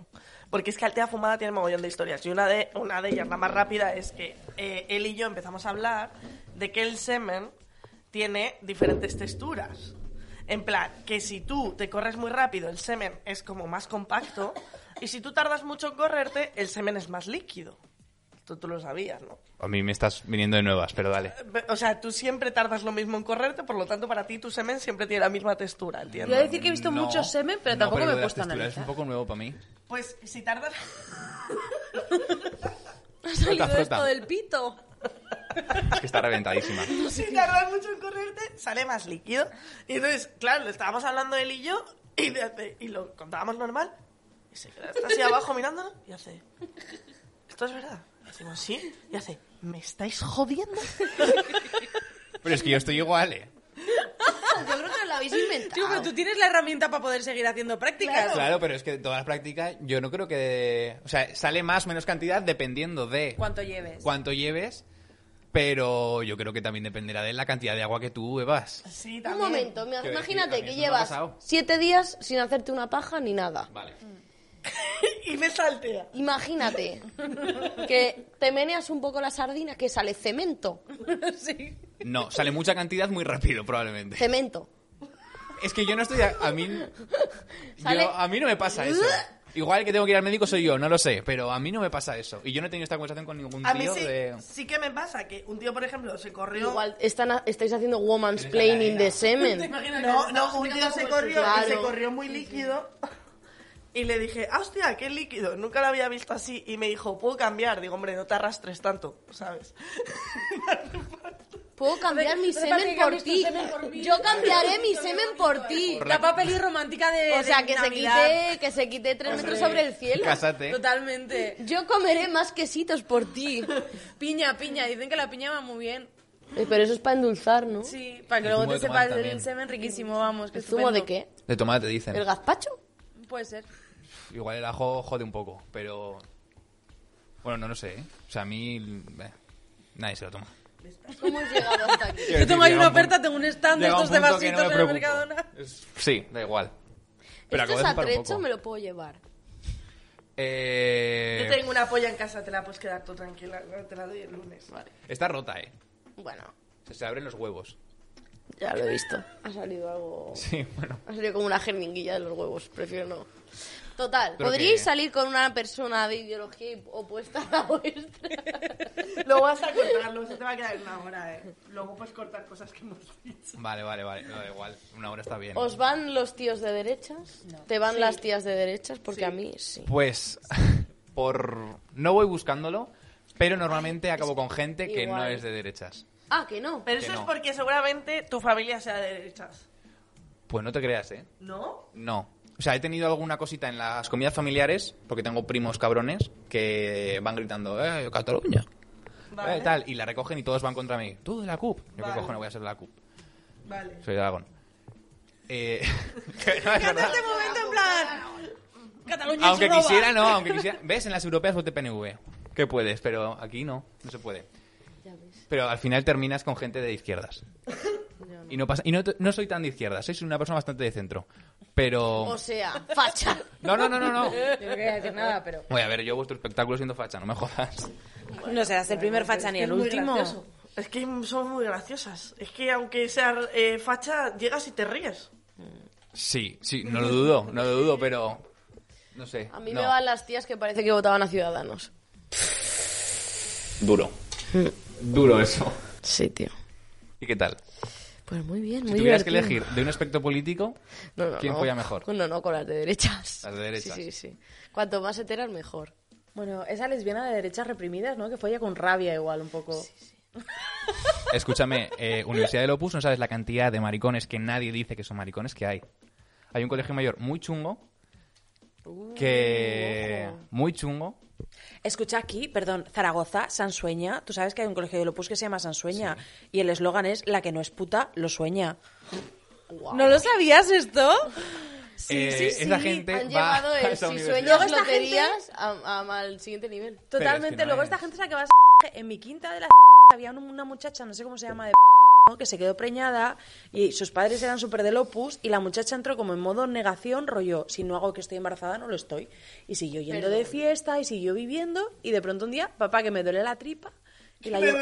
Speaker 3: Porque es que Altea Fumada tiene mogollón de historias. Y una de, una de ellas, la más rápida, es que eh, él y yo empezamos a hablar de que el semen tiene diferentes texturas. En plan, que si tú te corres muy rápido, el semen es como más compacto. Y si tú tardas mucho en correrte, el semen es más líquido. Esto tú lo sabías, ¿no?
Speaker 4: A mí me estás viniendo de nuevas, pero dale.
Speaker 3: Eh, O sea, tú siempre tardas lo mismo en correrte, por lo tanto, para ti tu semen siempre tiene la misma textura, ¿entiendes?
Speaker 2: Voy a decir que he visto mucho semen, pero tampoco me he
Speaker 4: lo de las
Speaker 2: puesto a
Speaker 4: texturas Es
Speaker 2: analizar.
Speaker 4: un poco nuevo para mí.
Speaker 3: Pues si tardas...
Speaker 1: ¿Ha salido
Speaker 4: Frota, frota.
Speaker 1: esto del pito?
Speaker 4: Es que está reventadísima.
Speaker 3: Si tardas mucho en correrte, sale más líquido. Y entonces, claro, lo estábamos hablando él y yo, y, de hace- y lo contábamos normal. Y se queda hasta así abajo mirándolo y hace... ¿Esto es verdad? Y decimos, sí. Y hace, ¿me estáis jodiendo?
Speaker 4: Pero es que yo estoy igual, ¿eh?
Speaker 1: Yo creo que lo habéis inventado.
Speaker 2: Tío, pero tú tienes la herramienta para poder seguir haciendo prácticas.
Speaker 4: Claro, pero es que todas las prácticas yo no creo que... O sea, sale más o menos cantidad dependiendo de
Speaker 2: ¿Cuánto lleves?
Speaker 4: cuánto lleves, pero yo creo que también dependerá de la cantidad de agua que tú bebas.
Speaker 3: Sí,
Speaker 1: Un
Speaker 3: también.
Speaker 1: momento, me-
Speaker 4: Quiero
Speaker 1: imagínate
Speaker 4: decir, a mí eso
Speaker 1: que
Speaker 4: me ha
Speaker 1: llevas
Speaker 4: pasado.
Speaker 1: siete días sin hacerte una paja ni nada.
Speaker 4: Vale.
Speaker 3: Y me saltea.
Speaker 1: Imagínate que te meneas un poco la sardina que sale cemento.
Speaker 2: sí.
Speaker 4: No, sale mucha cantidad muy rápido probablemente.
Speaker 1: Cemento.
Speaker 4: Es que yo no estoy... A, a mí...
Speaker 1: Sale-
Speaker 4: yo- a mí no me pasa eso. Igual que tengo que ir al médico soy yo, no lo sé, pero a mí no me pasa eso. Y yo no he tenido esta conversación con ningún
Speaker 3: A mí
Speaker 4: tío
Speaker 3: sí,
Speaker 4: de...
Speaker 3: sí que me pasa que un tío, por ejemplo, se corrió...
Speaker 1: Igual están, ha- estáis haciendo woman's planning de semen.
Speaker 3: No, no, un tío se corrió,
Speaker 1: Claro.
Speaker 3: y se corrió muy líquido. Y le dije, ah, hostia, qué líquido. Nunca lo había visto así. Y me dijo, ¿puedo cambiar? Digo, hombre, no te arrastres tanto, ¿sabes?
Speaker 1: Puedo cambiar mi
Speaker 6: reparte
Speaker 1: semen
Speaker 6: que
Speaker 1: por
Speaker 6: cambies tu
Speaker 1: ti.
Speaker 6: semen por mí.
Speaker 1: Yo cambiaré mi semen por ti.
Speaker 4: Por
Speaker 2: La papel romántica de.
Speaker 1: O sea,
Speaker 2: de
Speaker 1: que se
Speaker 2: Navidad.
Speaker 1: quite, que se quite tres metros sobre el cielo.
Speaker 4: Cásate.
Speaker 2: Totalmente.
Speaker 1: Yo comeré más quesitos por ti.
Speaker 2: Piña, piña. Dicen que la piña va muy bien.
Speaker 1: Eh, Pero eso es para endulzar, ¿no?
Speaker 2: Sí, para que
Speaker 4: El
Speaker 2: luego
Speaker 4: zumo
Speaker 2: te
Speaker 4: de tomate
Speaker 2: sepas del
Speaker 4: también.
Speaker 2: semen riquísimo, vamos. Que
Speaker 1: ¿El zumo de
Speaker 2: estupendo.
Speaker 1: qué?
Speaker 4: De tomate dicen.
Speaker 1: ¿El gazpacho?
Speaker 2: Puede ser.
Speaker 4: Igual el ajo jode un poco, pero... Bueno, no lo sé, ¿eh? O sea, a mí... eh, nadie se lo toma.
Speaker 1: ¿Cómo has llegado hasta aquí?
Speaker 2: Yo tengo ahí una oferta, tengo un stand de
Speaker 4: Llega un
Speaker 2: estos de
Speaker 4: punto que
Speaker 2: vasitos
Speaker 4: no me
Speaker 2: en el
Speaker 4: preocupo.
Speaker 2: Mercadona.
Speaker 4: Es- Sí, da igual. Pero acabo
Speaker 1: ¿Esto es
Speaker 4: de flipar un poco.
Speaker 1: atrecho? ¿Me lo puedo llevar?
Speaker 4: Eh, pues,
Speaker 3: Yo tengo una polla en casa, te la puedes quedar tú tranquila. Te la doy el lunes. Vale.
Speaker 4: Está rota, eh.
Speaker 1: Bueno,
Speaker 4: Se, se abren los huevos.
Speaker 1: ya lo he visto. Ha salido algo...
Speaker 4: Sí, bueno.
Speaker 1: Ha salido como una jeringuilla de los huevos, prefiero no. Total,
Speaker 4: Creo
Speaker 1: ¿podríais
Speaker 4: que-
Speaker 1: salir con una persona de ideología opuesta a la vuestra?
Speaker 3: Lo vas a cortar, luego se te va a quedar en una hora, ¿eh? Luego puedes cortar cosas que hemos dicho.
Speaker 4: Vale, vale, vale. No, da igual. Una hora está bien.
Speaker 1: ¿Os van los tíos de derechas? ¿Te van las tías de derechas? Porque a mí sí.
Speaker 4: Pues, por... No voy buscándolo, pero normalmente acabo con gente que no
Speaker 1: igual.
Speaker 4: es de derechas.
Speaker 1: Ah, que no.
Speaker 3: Pero
Speaker 4: Que
Speaker 3: eso es
Speaker 4: no.
Speaker 3: porque seguramente tu familia sea de derechas.
Speaker 4: Pues no te creas, eh.
Speaker 3: ¿No?
Speaker 4: No. O sea, he tenido alguna cosita en las comidas familiares, porque tengo primos cabrones que van gritando, ¡eh, Cataluña!
Speaker 3: Vale.
Speaker 4: Eh, tal, y la recogen y todos van contra mí. Tú de la CUP. Yo
Speaker 3: Vale.
Speaker 4: qué cojones voy a ser de la CUP.
Speaker 3: Vale.
Speaker 4: Soy de Aragón. Eh, que no es
Speaker 2: En
Speaker 4: verdad.
Speaker 2: este momento, en plan. Cataluña
Speaker 4: Aunque
Speaker 2: se roba.
Speaker 4: quisiera, no, aunque quisiera. ¿Ves? En las europeas voté PNV. Que puedes, pero aquí no, no se puede. Pero al final terminas con gente de izquierdas. Y no pasa y no, te- no soy tan de izquierdas, soy una persona bastante de centro. Pero
Speaker 1: O sea, facha.
Speaker 4: no, no, no, no, no.
Speaker 2: Yo no quería decir nada, pero.
Speaker 4: Voy a ver yo vuestro espectáculo siendo facha, no me jodas.
Speaker 2: No serás el primer facha ni el último.
Speaker 3: Es que son muy graciosas. Es que aunque sea eh, facha, llegas y te ríes.
Speaker 4: Sí, sí, no lo dudo, no lo dudo, pero no sé.
Speaker 1: A mí
Speaker 4: no.
Speaker 1: me van las tías que parece que votaban a Ciudadanos.
Speaker 4: duro. Duro eso.
Speaker 1: Sí, tío.
Speaker 4: ¿Y qué tal?
Speaker 1: Pues muy bien,
Speaker 4: Si
Speaker 1: muy
Speaker 4: tuvieras
Speaker 1: divertido.
Speaker 4: que elegir de un aspecto político,
Speaker 1: No, no,
Speaker 4: ¿quién
Speaker 1: no.
Speaker 4: folla mejor?
Speaker 1: No, no, con las de derechas.
Speaker 4: Las de derechas.
Speaker 1: Sí, sí, sí. Cuanto más heteras, mejor.
Speaker 2: Bueno, esa lesbiana de derechas reprimidas, ¿no? Que folla con rabia igual un poco.
Speaker 4: Escúchame, eh, Universidad del Opus, no sabes la cantidad de maricones que nadie dice que son maricones que hay. Hay un colegio mayor muy chungo que muy chungo.
Speaker 2: Escucha aquí, perdón, Zaragoza, Sansueña. Tú sabes que hay un colegio de Opus que se llama Sansueña. Y el eslogan es: La que no es puta, lo sueña. ¿No lo sabías esto? Sí,
Speaker 4: Eh,
Speaker 2: sí, sí.
Speaker 4: Esa gente
Speaker 1: Han
Speaker 4: va
Speaker 1: llevado
Speaker 4: a
Speaker 1: el
Speaker 4: esa
Speaker 1: si
Speaker 4: universidad.
Speaker 1: sueñas
Speaker 2: esta gente-
Speaker 1: loterías a- a- al siguiente nivel.
Speaker 2: Totalmente.
Speaker 4: Pero es que no
Speaker 2: Luego
Speaker 4: es.
Speaker 2: esta gente es la que va a... En mi quinta de la... Había un- una muchacha, no sé cómo se llama, de... ¿no? que se quedó preñada y sus padres eran súper del opus y la muchacha entró como en modo negación, rollo, si no hago que estoy embarazada no lo estoy. Y siguió yendo de fiesta y siguió viviendo y de pronto un día, papá, que me duele la tripa. Y la llevo-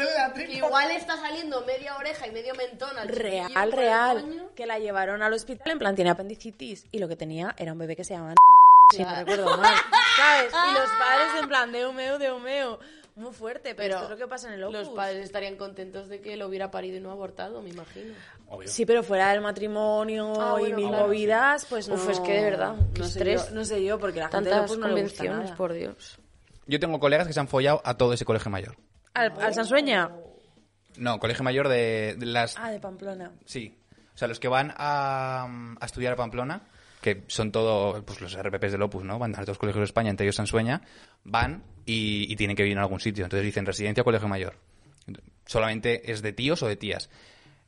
Speaker 1: Igual está saliendo media oreja y medio mentón al chiquillo por
Speaker 2: Real,
Speaker 1: el
Speaker 2: real.
Speaker 1: coño.
Speaker 2: Que la llevaron al hospital, en plan, tiene apendicitis. Y lo que tenía era un bebé que se llamaba. Si no
Speaker 1: Claro.
Speaker 2: recuerdo mal. ¿Sabes? Y
Speaker 1: Ah.
Speaker 2: los padres, en plan, de humeo, de humeo. Muy fuerte, pero, esto es lo que pasa en el Opus.
Speaker 1: Los padres estarían contentos de que lo hubiera parido y no abortado, me imagino.
Speaker 4: Obvio.
Speaker 2: Sí, pero fuera del matrimonio
Speaker 1: Ah,
Speaker 2: y
Speaker 1: bueno,
Speaker 2: mil
Speaker 1: claro.
Speaker 2: movidas, pues no.
Speaker 1: Uf, es que de verdad, qué
Speaker 2: no sé
Speaker 1: estrés.
Speaker 2: yo- no sé yo, porque la gente del
Speaker 1: Tantas
Speaker 2: Opus no le gusta
Speaker 1: convenciones,
Speaker 2: nada.
Speaker 1: por Dios. Oh.
Speaker 4: Yo tengo colegas que se han follado a todo ese colegio mayor.
Speaker 2: ¿Al, al Sansueña?
Speaker 4: No, colegio mayor de, de las...
Speaker 2: Ah, de Pamplona.
Speaker 4: Sí. O sea, los que van a, a estudiar a Pamplona, que son todo, pues los RPPs del Opus, ¿no? Van a los dos colegios de España, entre ellos Sansueña, van y, y tienen que vivir en algún sitio. Entonces dicen residencia o colegio mayor. Solamente es de tíos o de tías.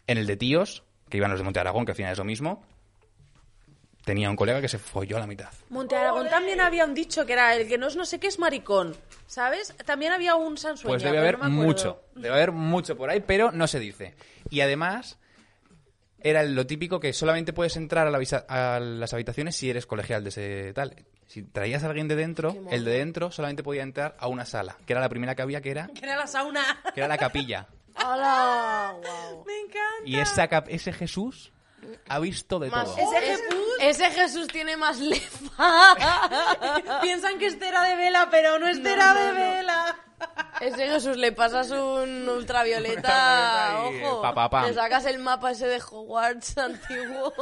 Speaker 4: En el de tíos, que iban los de Monte Aragón, que al final es lo mismo, tenía un colega que se folló a la mitad.
Speaker 2: Monte Aragón también había un dicho que era el que no es no sé qué es maricón, ¿sabes? También había un Sansueña.
Speaker 4: Pues debe
Speaker 2: pero
Speaker 4: haber
Speaker 2: no me acuerdo.
Speaker 4: mucho. Debe haber mucho por ahí, pero no se dice. Y además, era lo típico que solamente puedes entrar a, la visa- a las habitaciones si eres colegial de ese tal. Si traías a alguien de dentro, el de dentro solamente podía entrar a una sala, que era la primera que había, que era,
Speaker 2: Que era la sauna.
Speaker 4: que era la capilla.
Speaker 1: ¡Hala! ¡Wow!
Speaker 2: Me encanta.
Speaker 4: Y esa cap- ese Jesús ha visto de
Speaker 1: Más-
Speaker 4: todo.
Speaker 1: ese, Jesús... ese Jesús tiene más lefa.
Speaker 2: Piensan que es tera de vela, pero no es tera de vela.
Speaker 1: ese Jesús le pasas un ultravioleta.
Speaker 4: Ultravioleta y, eh,
Speaker 1: Ojo.
Speaker 4: pa, pa, pam.
Speaker 1: Le sacas el mapa ese de Hogwarts antiguo.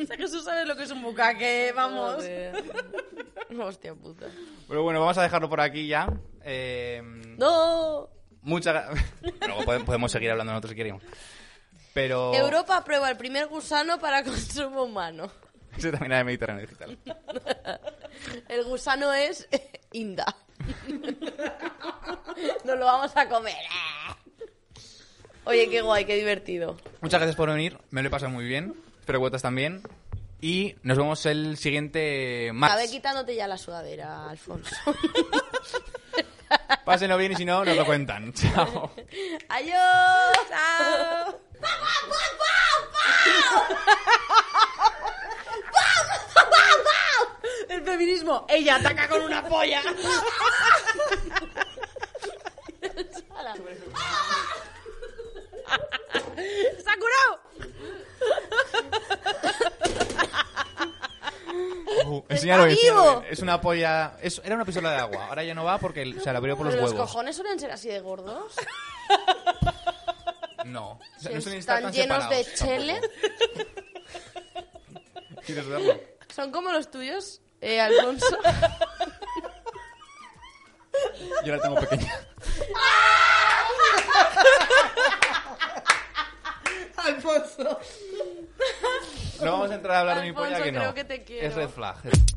Speaker 2: Ese Jesús sabe lo que es un bucaque, vamos.
Speaker 1: Joder. Hostia puta.
Speaker 4: Pero bueno, vamos a dejarlo por aquí ya. Eh, Oh.
Speaker 1: ¡No!
Speaker 4: mucha gra- Luego pode- podemos seguir hablando nosotros si queremos. Pero...
Speaker 1: Europa aprueba el primer gusano para consumo humano.
Speaker 4: Ese también era de Mediterráneo Digital.
Speaker 1: El gusano es Inda. Nos lo vamos a comer. Oye, qué guay, qué divertido.
Speaker 4: Muchas gracias por venir, me lo he pasado muy bien. Espero que vosotras también. Y nos vemos el siguiente
Speaker 1: Cabe
Speaker 4: martes.
Speaker 1: quitándote ya la sudadera, Alfonso.
Speaker 4: Pásenlo bien y si no, nos lo cuentan. Chao.
Speaker 1: ¡Adiós! ¡Chao!
Speaker 2: El feminismo, ella ataca con una polla. ¡Se ha curado!
Speaker 4: Uh, enséñalo, enséñalo
Speaker 1: vivo!
Speaker 4: bien. Es una polla. es- era una pistola de agua. Ahora ya no va porque se la abrió por los
Speaker 1: ¿Pero ¿Los
Speaker 4: huevos.
Speaker 1: cojones suelen ser así de gordos?
Speaker 4: No. O sea, no suelen estar tan
Speaker 1: ¿Están llenos de
Speaker 4: separados
Speaker 1: chele?
Speaker 4: tampoco. ¿Quieres verlo?
Speaker 1: ¿Son como los tuyos, eh, Alfonso?
Speaker 4: Yo la tengo pequeña.
Speaker 3: Alfonso.
Speaker 4: No vamos a entrar a hablar de mi
Speaker 1: Alfonso,
Speaker 4: polla que no.
Speaker 1: creo que te quiero.
Speaker 4: Es red flag.